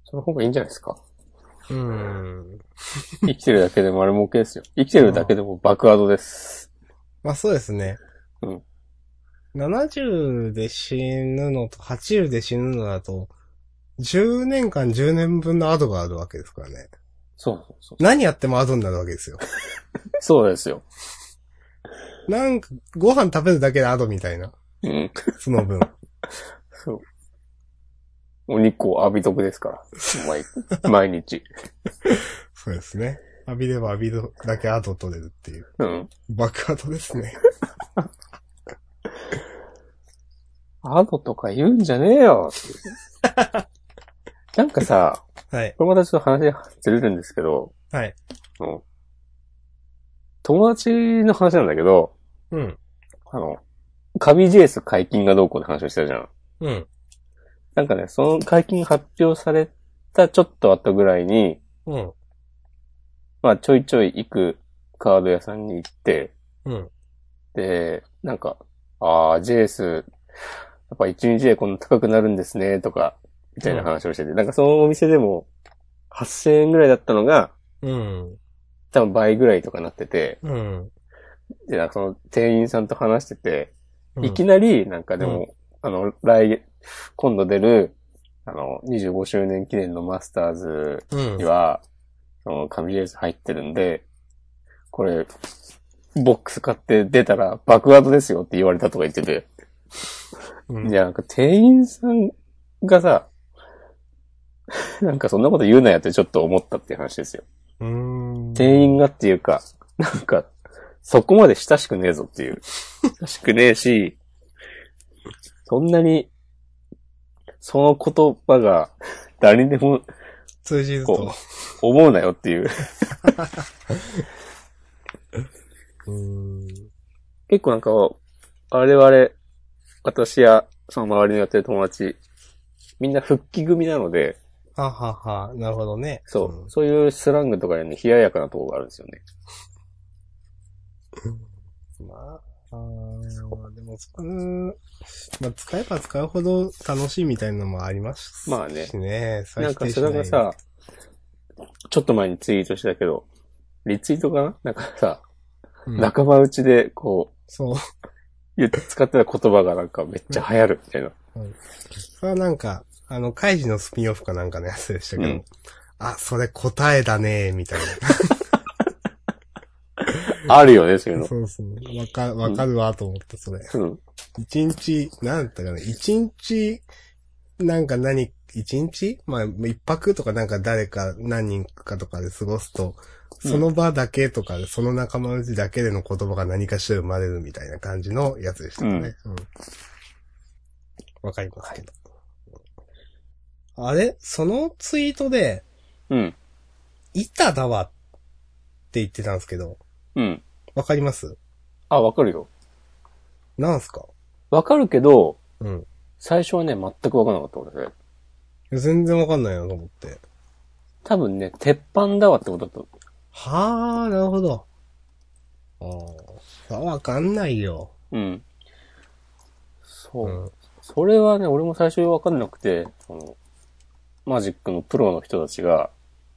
S2: その方がいいんじゃないです *laughs* か。
S1: うん。
S2: 生きてるだけで丸儲けですよ。生きてるだけでも爆アドです。
S1: まあそうですね。
S2: うん。
S1: 70で死ぬのと80で死ぬのだと、10年間10年分のアドがあるわけですからね。
S2: そうそうそう。
S1: 何やってもアドになるわけですよ。
S2: そうですよ。
S1: なんか、ご飯食べるだけでアドみたいな。
S2: うん。
S1: その
S2: *laughs*
S1: 分。
S2: そう。お肉を浴びとくですから。毎毎日。
S1: そうですね。浴びれば浴びるだけアド取れるっていう。
S2: うん。
S1: 爆アドですね。
S2: アドとか言うんじゃねえよ。 *laughs* なんかさ、
S1: はい。
S2: これまたちょっと話がずれるんですけど、
S1: はい。
S2: あの友達の話なんだけど、
S1: うん。
S2: あの、紙 JS 解禁がどうこうって話をしたじゃん。
S1: うん。
S2: なんかね、その解禁発表されたちょっと後ぐらいに、
S1: うん。
S2: まあちょいちょい行くカード屋さんに行って、
S1: うん。
S2: で、なんか、あー JS、やっぱ一日でこんな高くなるんですね、とか、みたいな話をしてて、なんかそのお店でも、8000円ぐらいだったのが、
S1: うん。
S2: 多分倍ぐらいとかなってて、
S1: うん。
S2: で、なんかその店員さんと話してて、
S1: うん
S2: いきなり、なんかでも、あの、来月、今度出る、あの、25周年記念のマスターズ
S1: うん
S2: に。は、その、紙レース入ってるんで、これ、ボックス買って出たら、バックアウトですよって言われたとか言ってて、
S1: うん
S2: いや、なんか店員さんがさ、 *laughs* なんかそんなこと言うなやってちょっと思ったっていう話ですよ。
S1: うーん。
S2: 店員がっていうか、なんか、そこまで親しくねえぞっていう。親しくねえし、そんなに、その言葉が誰にでも
S1: 通じると。
S2: 思うなよっていう。
S1: うーん。
S2: 結構なんか、我々、私やその周りのやってる友達、みんな復帰組なので、
S1: ははは、なるほどね。
S2: そう、そういうスラングとかにね、冷ややかなところがあるんですよね。
S1: うん。まあ、あーでも、そこうんまあ、使えば使うほど楽しいみたいなのもあります
S2: まあね
S1: しね。最
S2: なんかそれが、さ、ちょっと前にツイートしたけど、リツイートかななんかさ、
S1: うん
S2: 仲間内で、こ
S1: そう。
S2: 言って使ってた言葉がなんかめっちゃ流行るみたいな。
S1: それはなんか、あの、カイジのスピンオフかなんかのやつでしたけど、
S2: うん
S1: あ、それ答えだねみたい
S2: あるよね、そういう
S1: な。*laughs*
S2: の。
S1: そうそう。わか、わかるわと思った、それ。
S2: うん。
S1: 一日、なんだったかな、一日、なんか何、一日まあ、一泊とかなんか誰か何人かとかで過ごすと、その場だけとかで、その仲間内だけでの言葉が何かしら生まれるみたいな感じのやつでしたね。うん。わ、かりますけど。あれそのツイートで、
S2: うん。
S1: 板だわって言ってたんですけど、
S2: うん。
S1: わかります
S2: あ、わかるよ。
S1: なんすか
S2: わかるけど、
S1: うん。
S2: 最初はね、全くわかんなかった、俺ね。
S1: 全然わかんないなと思って。
S2: 多分ね、鉄板だわってことだと。
S1: はあ、なるほど。ああ、わかんないよ。
S2: うん。そうう。
S1: ん。
S2: それはね、俺も最初わかんなくて、その、マジックのプロの人たちが、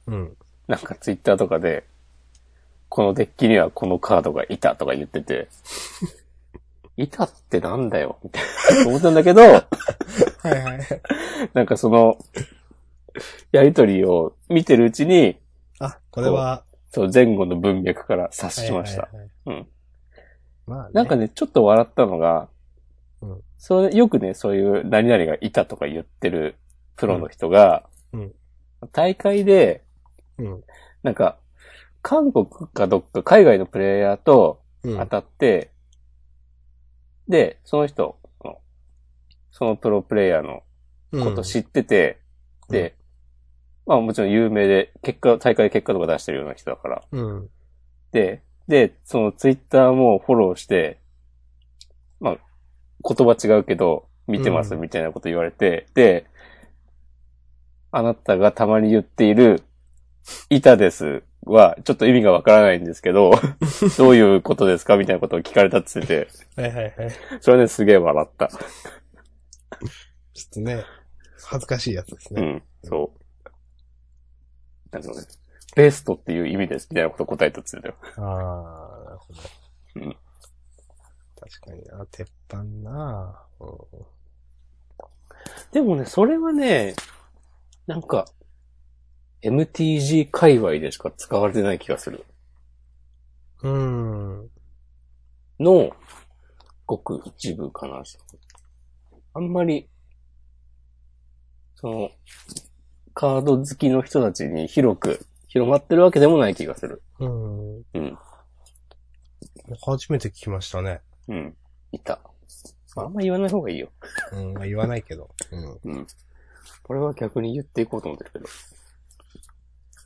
S1: うん。
S2: なんかツイッターとかで、このデッキにはこのカードがいたとか言ってて、いたってなんだよみたいな思ったんだけど、
S1: はいはい。
S2: なんかその、やりとりを見てるうちに、
S1: あ、これは、
S2: そう前後の文脈から察しました。
S1: はいはいはい
S2: うん。
S1: まあ、ね、
S2: なんかね、ちょっと笑ったのが、
S1: うん
S2: それよくね、そういう何々がいたとか言ってるプロの人が、
S1: うんうん
S2: 大会で、
S1: うん。
S2: なんか、韓国かどっか海外のプレイヤーと
S1: うん。
S2: 当たって、で、その人の、そのプロプレイヤーのこと知ってて、
S1: うん
S2: で、まあもちろん有名で、結果、大会結果とか出してるような人だから、
S1: うん。
S2: で、で、そのツイッターもフォローして、まあ、言葉違うけど、見てます
S1: うん
S2: みたいなこと言われて、で、あなたがたまに言っている、板ですは、ちょっと意味がわからないんですけ
S1: *laughs*
S2: ど、どういうことですかみたいなことを聞かれたって言ってて、
S1: はいはいはい。
S2: それはね、すげえ笑った。
S1: ちょっとね、恥ずかしいやつです
S2: う
S1: ね。
S2: ん、そう。なんだろうね。ベストっていう意味です、みたいなことを答えたって言ってたよ。
S1: ああ、なるほど。
S2: うん
S1: 確かにな、鉄板なうん。
S2: でもね、それはね、なんか、MTG 界隈でしか使われてない気がする。
S1: うん。
S2: の、ごく一部かな。あんまり、その、カード好きの人たちに広く広まってるわけでもない気がする。
S1: うん。
S2: うん。
S1: 初めて聞きましたね。
S2: うん。いた。まあ、あんま言わない方がいいよ。
S1: うん。まあ、言わないけど。うん。
S2: うん。これは逆に言っていこうと思ってるけど。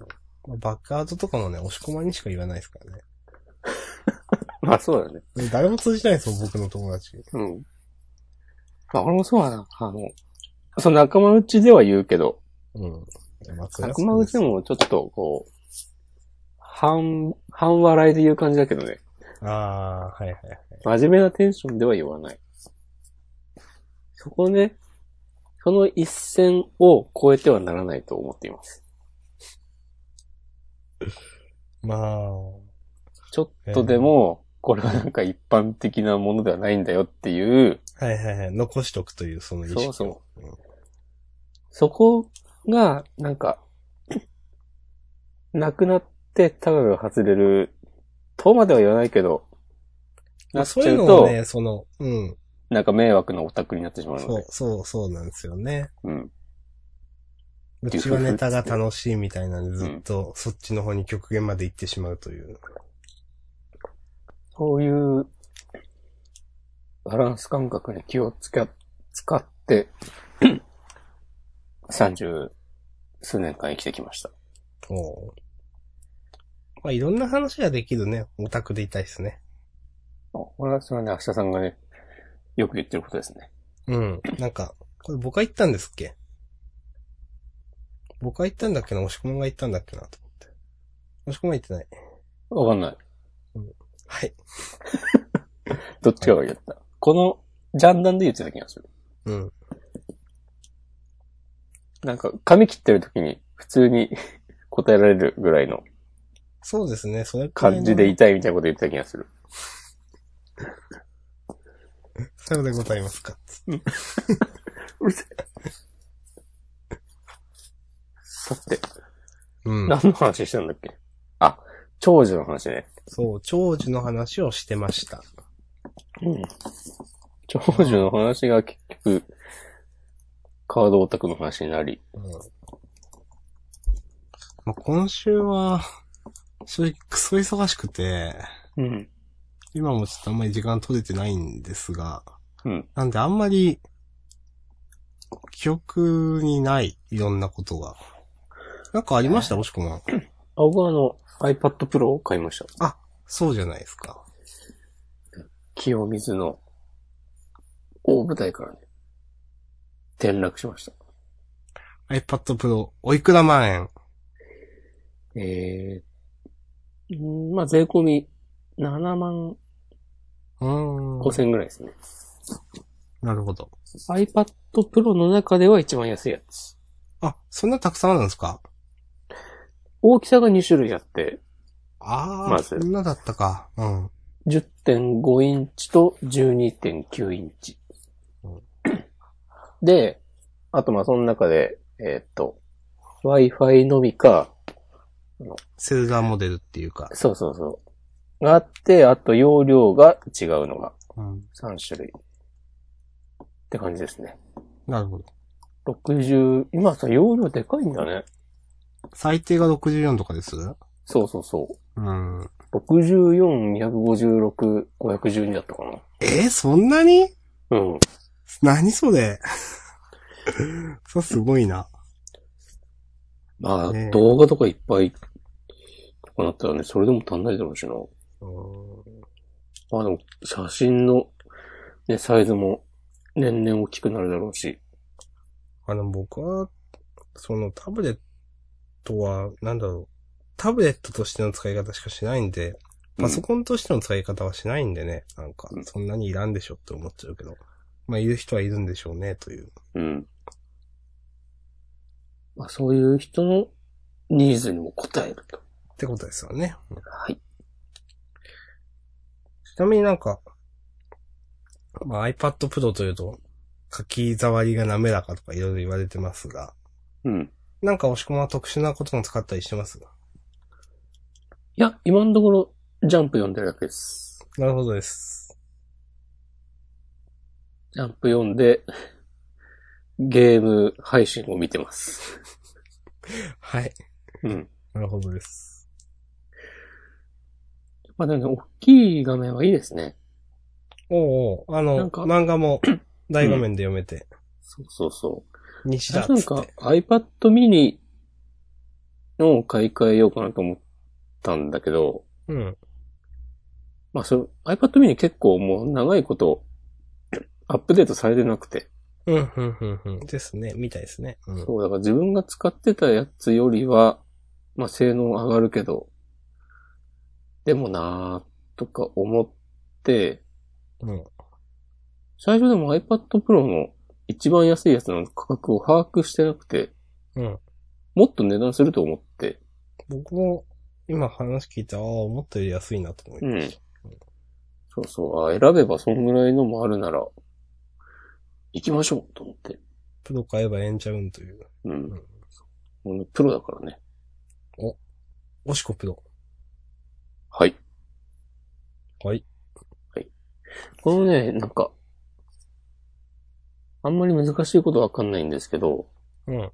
S2: *laughs*
S1: まあバックアウトとかもね、押し込まにしか言わないですからね。
S2: まあ、そうだね。
S1: 誰も通じないですよ、僕の友達。
S2: うん。まあ、俺もそうだな。あの、その仲間内では言うけど、
S1: うん。まあ、そりゃ
S2: 仲
S1: そ
S2: 間
S1: う
S2: 内
S1: す
S2: でもちょっと、こう、半、半笑いで言う感じだけどね。
S1: ああ、はいはい。
S2: 真面目なテンションでは言わない。そこね、その一線を超えてはならないと思っています。
S1: まあ、
S2: ちょっとでも、これはなんか一般的なものではないんだよっていう、
S1: はいはいはい。残しとくという、その意識を。。
S2: そうそうそこが、なんか、 *coughs* なくなってタガが外れる、とまでは言わないけど、なっち
S1: そうい
S2: ゃ
S1: う
S2: う
S1: の
S2: と、
S1: をね、その、うん。
S2: なんか迷惑なオタクになってしまうの
S1: そう
S2: で、。
S1: そう、そうなんですよね。
S2: うん。
S1: うちはネタが楽しいみたいなんで、ずっとそっちの方に極限まで行ってしまうという。
S2: そういう、バランス感覚に気をつけ、使って、30数年間生きてきました。
S1: おうまあ、いろんな話ができるね。オタクでいたいですね。
S2: あこれはそれはね、明日さんがね、よく言ってることですね。
S1: うん。なんか、これ僕が言ったんですっけ僕が言ったんだっけな押し込みが言ったんだっけなと思って。押し込みは言ってない。
S2: わかんない。
S1: はい。
S2: どっちかが言った。この、ジャンダンで言ってた気がする。
S1: うん。
S2: なんか、髪切ってる時に普通に *laughs* 答えられるぐらいの
S1: そうですね、それくらいの
S2: 感じで痛いみたいなこと言ってた気がする。
S1: さようでござい *laughs* ますか。
S2: さて、
S1: うん。
S2: 何の話してんだっけあ、長寿の話ね。
S1: そう、長寿の話をしてました。
S2: うん。長寿の話が結局、カードオタクの話になり。
S1: うん。まあ、今週は、正直クソ忙しくて、
S2: うん。
S1: 今もちょっとあんまり時間取れてないんですが、
S2: うん。
S1: なんであんまり、記憶にない、いろんなことが。なんかありました、おしくも。
S2: あ、僕はあの、iPad Pro を買いました。
S1: そうじゃないですか。
S2: 清水の大舞台からね、転落しました。
S1: iPad Pro、おいくら万円
S2: えー、んーまあ税込み7万
S1: うー
S2: 5
S1: ん。
S2: 千ぐらいですね。
S1: なるほど。
S2: iPad Pro の中では一番安いやつ。
S1: あ、そんなたくさんあるんですか
S2: 大きさが2種類あって、
S1: あー、
S2: まず
S1: そんなだったか。うん。
S2: 10.5インチと12.9インチ
S1: うん。
S2: で、あとまあその中で、えーっと、Wi-Fi のみか、
S1: セルラーモデルっていうか。
S2: そうそうそう。があって、あと容量が違うのが
S1: うん。
S2: 3種類。って感じですね。
S1: なるほど。
S2: 60、今さ、容量でかいんだね。
S1: 最低が64とかです
S2: そうそうそう。
S1: うん。
S2: 64、256、512だったかな。
S1: えーそんなに
S2: うん。
S1: 何それ *laughs* そう、すごいな。
S2: まあ、
S1: ねえ
S2: 動画とかいっぱい、とかなったらね、それでも足んないだろうしな。まあでも、写真の、ね、サイズも、年々大きくなるだろうし。
S1: あの、僕は、そのタブレットは、なんだろう。タブレットとしての使い方しかしないんで、パソコンとしての使い方はしないんでね、なんか
S2: う、ん
S1: そんなにいらんでしょって思っちゃうけど。まあ、いる人はいるんでしょうね、という。
S2: うん。まあ、そういう人のニーズにも応えると。
S1: ってことですよね。うん
S2: はい。
S1: ちなみになんか、まあ、iPad Pro というと、書き触りが滑らかとかいろいろ言われてますが、
S2: うん。
S1: なんか押し込まは特殊なことも使ったりしてます
S2: いや、今のところ、ジャンプ読んでるだけです。
S1: なるほどです。
S2: ジャンプ読んで、ゲーム配信を見てます。
S1: はい。
S2: うん。
S1: なるほどです。
S2: まあでもね、大きい画面はいいですね。
S1: おうおうあ
S2: な
S1: の、
S2: んか
S1: 漫画
S2: *clears throat*
S1: も大画面で読めて、
S2: そうそうそう。
S1: 西だっ
S2: 私なん
S1: つっ
S2: か
S1: て。
S2: iPad mini のを買い替えようかなと思ったんだけど、
S1: うん。
S2: まあそれ、iPad mini 結構もう長いこと *coughs* アップデートされてなくて、
S1: うん、うん、うん、うん。ですね。みたいですね。うん。
S2: そう、だから自分が使ってたやつよりは、まあ性能上がるけど、でもなーとか思って、
S1: うん、
S2: 最初でも iPad Pro の一番安いやつの価格を把握してなくて、
S1: うん。
S2: もっと値段すると思って、
S1: 僕も、今話聞いて、ああ、思ったより安いなと思いました。
S2: そうそう、あ選べばそんぐらいのもあるなら、行きましょうと思って。
S1: プロ買えばええんちゃうんという。
S2: うん。
S1: ん
S2: もうねプロだからね。
S1: おしこプロ。
S2: はい。
S1: はい。
S2: このね、なんか、あんまり難しいことわかんないんですけど、
S1: うん。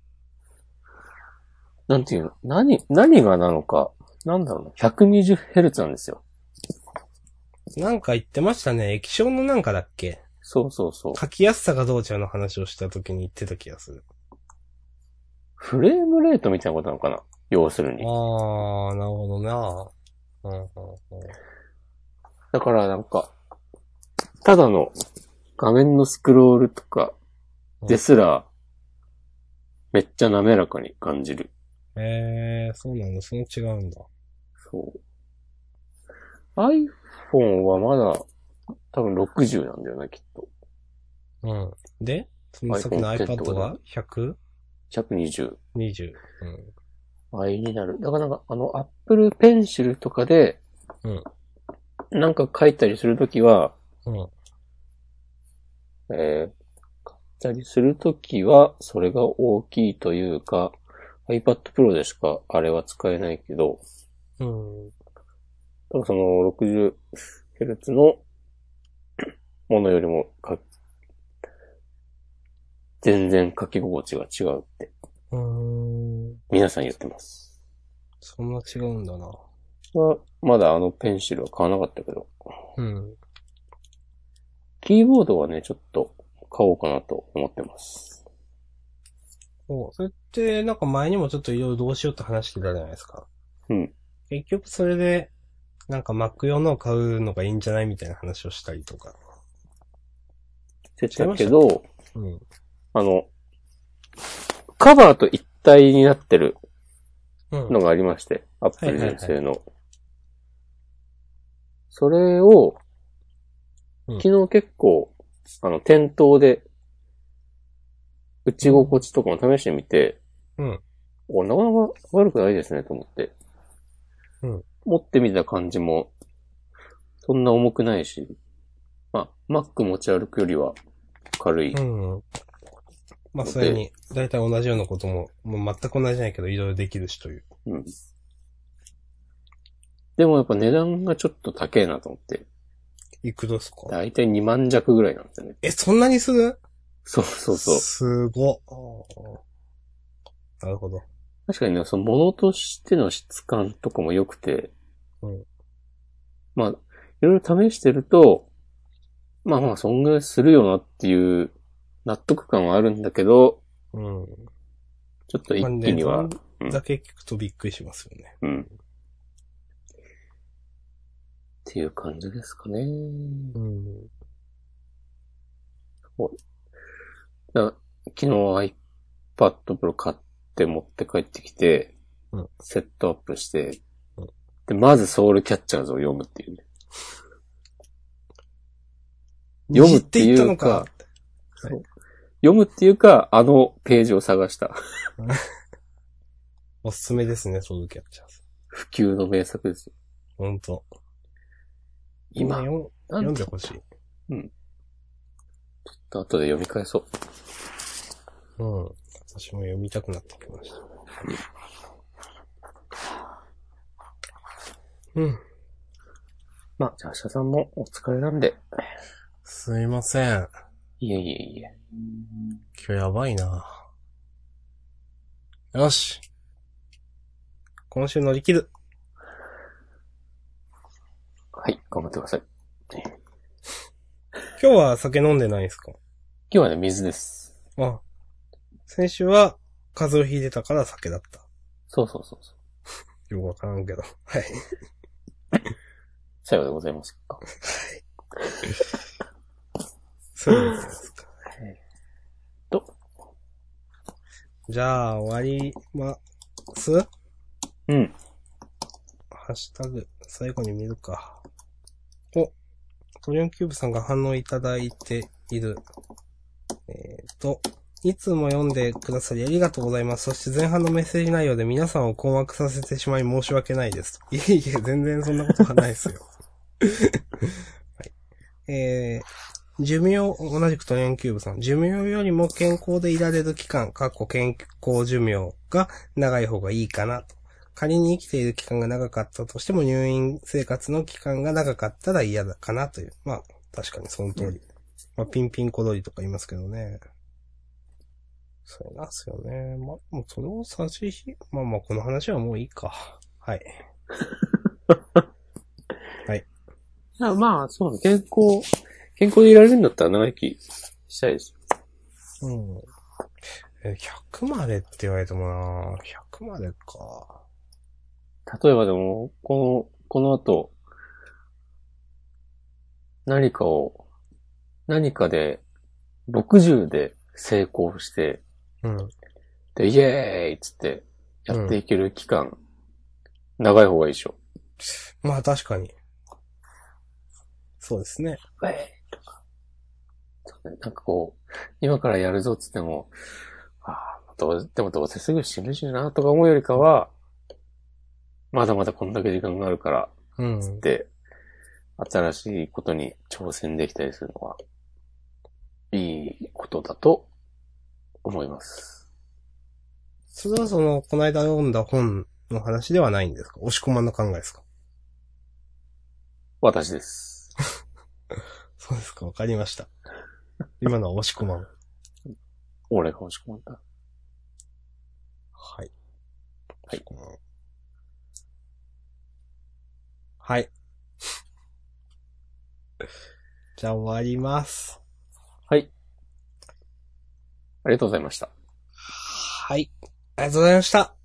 S2: なんていうの何、何がなのか、なんだろうな。120Hz なんですよ。
S1: なんか言ってましたね。液晶のなんかだっけ
S2: そうそうそう。
S1: 書きやすさがどうちゃうの話をした時に言ってた気がする。
S2: フレームレートみたいなことなのかな要する
S1: あ
S2: に。
S1: あ、なるほどな。うん、うん、うん。
S2: だからなんか、ただの画面のスクロールとかですら、めっちゃ滑らかに感じる。
S1: ええー、そうなんだ。その違うんだ。
S2: そう。iPhone はまだ多分60なんだよね、きっと。
S1: うん。で、その先の
S2: iPhone
S1: iPad が 100?20?
S2: 120
S1: うん。
S2: 倍になる。だからなんかあの Apple Pencil とかで、
S1: うん
S2: なんか書いたりするときは、
S1: うん。
S2: えー買ったりするときは、それが大きいというか、iPad Pro でしかあれは使えないけど、
S1: うん。
S2: ただその 60Hz のものよりもか、全然書き心地が違うって、
S1: うん。
S2: 皆さん言ってます。
S1: そんな違うんだな。
S2: ままだあのペンシルは買わなかったけど、
S1: うん。
S2: キーボードはね、ちょっと買おうかなと思ってます。
S1: おそれって、なんか前にもちょっといろいろどうしようって話してたじゃないですか。
S2: うん。
S1: 結局それで、なんか Mac 用のを買うのがいいんじゃないみたいな話をしたりとか。違
S2: して
S1: い
S2: た
S1: ました
S2: けど、
S1: うん。
S2: あの、カバーと一体になってる
S1: うん。
S2: のがありまして、アップル
S1: はいはいは
S2: 先
S1: い
S2: 生の。それを
S1: うん、
S2: 昨日結構、あの、店頭で、打ち心地とかも試してみて、
S1: うん
S2: おなかなか悪くないですね、と思って。
S1: うん
S2: 持ってみた感じも、そんな重くないし、まあ、Mac 持ち歩くよりは軽い。
S1: うん。まあ、それに、だいたい同じようなことも、もう全く同じじゃないけど、いろいろできるしという。
S2: うん。でもやっぱ値段がちょっと高いなと思って。
S1: いくどすか
S2: だいたい2万弱ぐらいなんですよね。
S1: え、そんなにする
S2: そうそうそう。
S1: すごっ。なるほど。
S2: 確かにね、その物としての質感とかも良くて。
S1: うん
S2: まあ、いろいろ試してると、まあまあ、そんぐらいするよなっていう納得感はあるんだけど、
S1: うん。
S2: ちょっと一気に
S1: まあ
S2: は
S1: ね、そんだけ聞くとびっくりしますよね。
S2: うん。っていう感じですかね。
S1: うん。
S2: だ昨日 iPad Pro 買って持って帰ってきて、
S1: うん
S2: セットアップして、
S1: うん
S2: で、まずソウルキャッチャーズを読むっていうね。読むっていうか、
S1: はい
S2: そう読むっていうか、あのページを探した。
S1: おすすめですね、ソウルキャッチャーズ。
S2: 普及の名作ですよ。
S1: ほんと。
S2: 今、
S1: ねよ
S2: なん
S1: 読ん
S2: て
S1: でほしい。
S2: 後で読み返そう。
S1: うん。私も読みたくなってきました。うん。
S2: まあ、じゃあ、社さんもお疲れなんで。
S1: すいません。
S2: いえいえいえ。
S1: 今日やばいな。よし。今週乗り切る。
S2: はい、頑張ってください。
S1: 今日は酒飲んでないですか
S2: 今日はね、水です。
S1: あ。先週は風邪をひいてたから酒だった。
S2: そうそうそうそう。
S1: よくわからんけど。 *laughs* はい。
S2: さようでございますか。
S1: そうですか。
S2: と、
S1: じゃあ、終わりますハ
S2: うん。
S1: ッシュタグ、最後に見るか。お、トリオンキューブさんが反応いただいている。えっ、と、いつも読んでくださりありがとうございます。そして前半のメッセージ内容で皆さんを困惑させてしまい申し訳ないです。いえいえ、全然そんなことはないですよ。 *laughs* はい、えー、寿命、同じくトリオンキューブさん。寿命よりも健康でいられる期間、かっこ健康寿命が長い方がいいかなと。仮に生きている期間が長かったとしても入院生活の期間が長かったら嫌だかなという。まあ、確かにその通り。まあ、ピンピンコロリとか言いますけどね。そうなんですよね。まあ、もうそれを差し引き、まあまあ、この話はもういいか。はい。
S2: いやまあ、そうね、健康、健康でいられるんだったら長生きしたいです。
S1: うん。え、100までって言われてもな100までか。
S2: 例えばでも、この、この後、何かを、何かで、60で成功して、
S1: うん。
S2: で、イエーイっつって、やっていける期間、長い方がいいでしょ。
S1: まあ確かに。そうですね。
S2: えーとか。そうねなんかこう、今からやるぞっつっても、ああ、どう、でもどうせすぐ死ぬしなとか思うよりかは、まだまだこんだけ時間があるから、
S1: うん。
S2: で、新しいことに挑戦できたりするのは、いいことだと思います。
S1: それはその、この間読んだ本の話ではないんですか押し込まんの考えですか
S2: 私 *laughs* です。
S1: そうですか、わかりました。今のは押し込まん。
S2: 俺が欲しくなった。
S1: はい。はい。はい。じゃあ終わります。
S2: ありがとうございました。
S1: はい。ありがとうございました。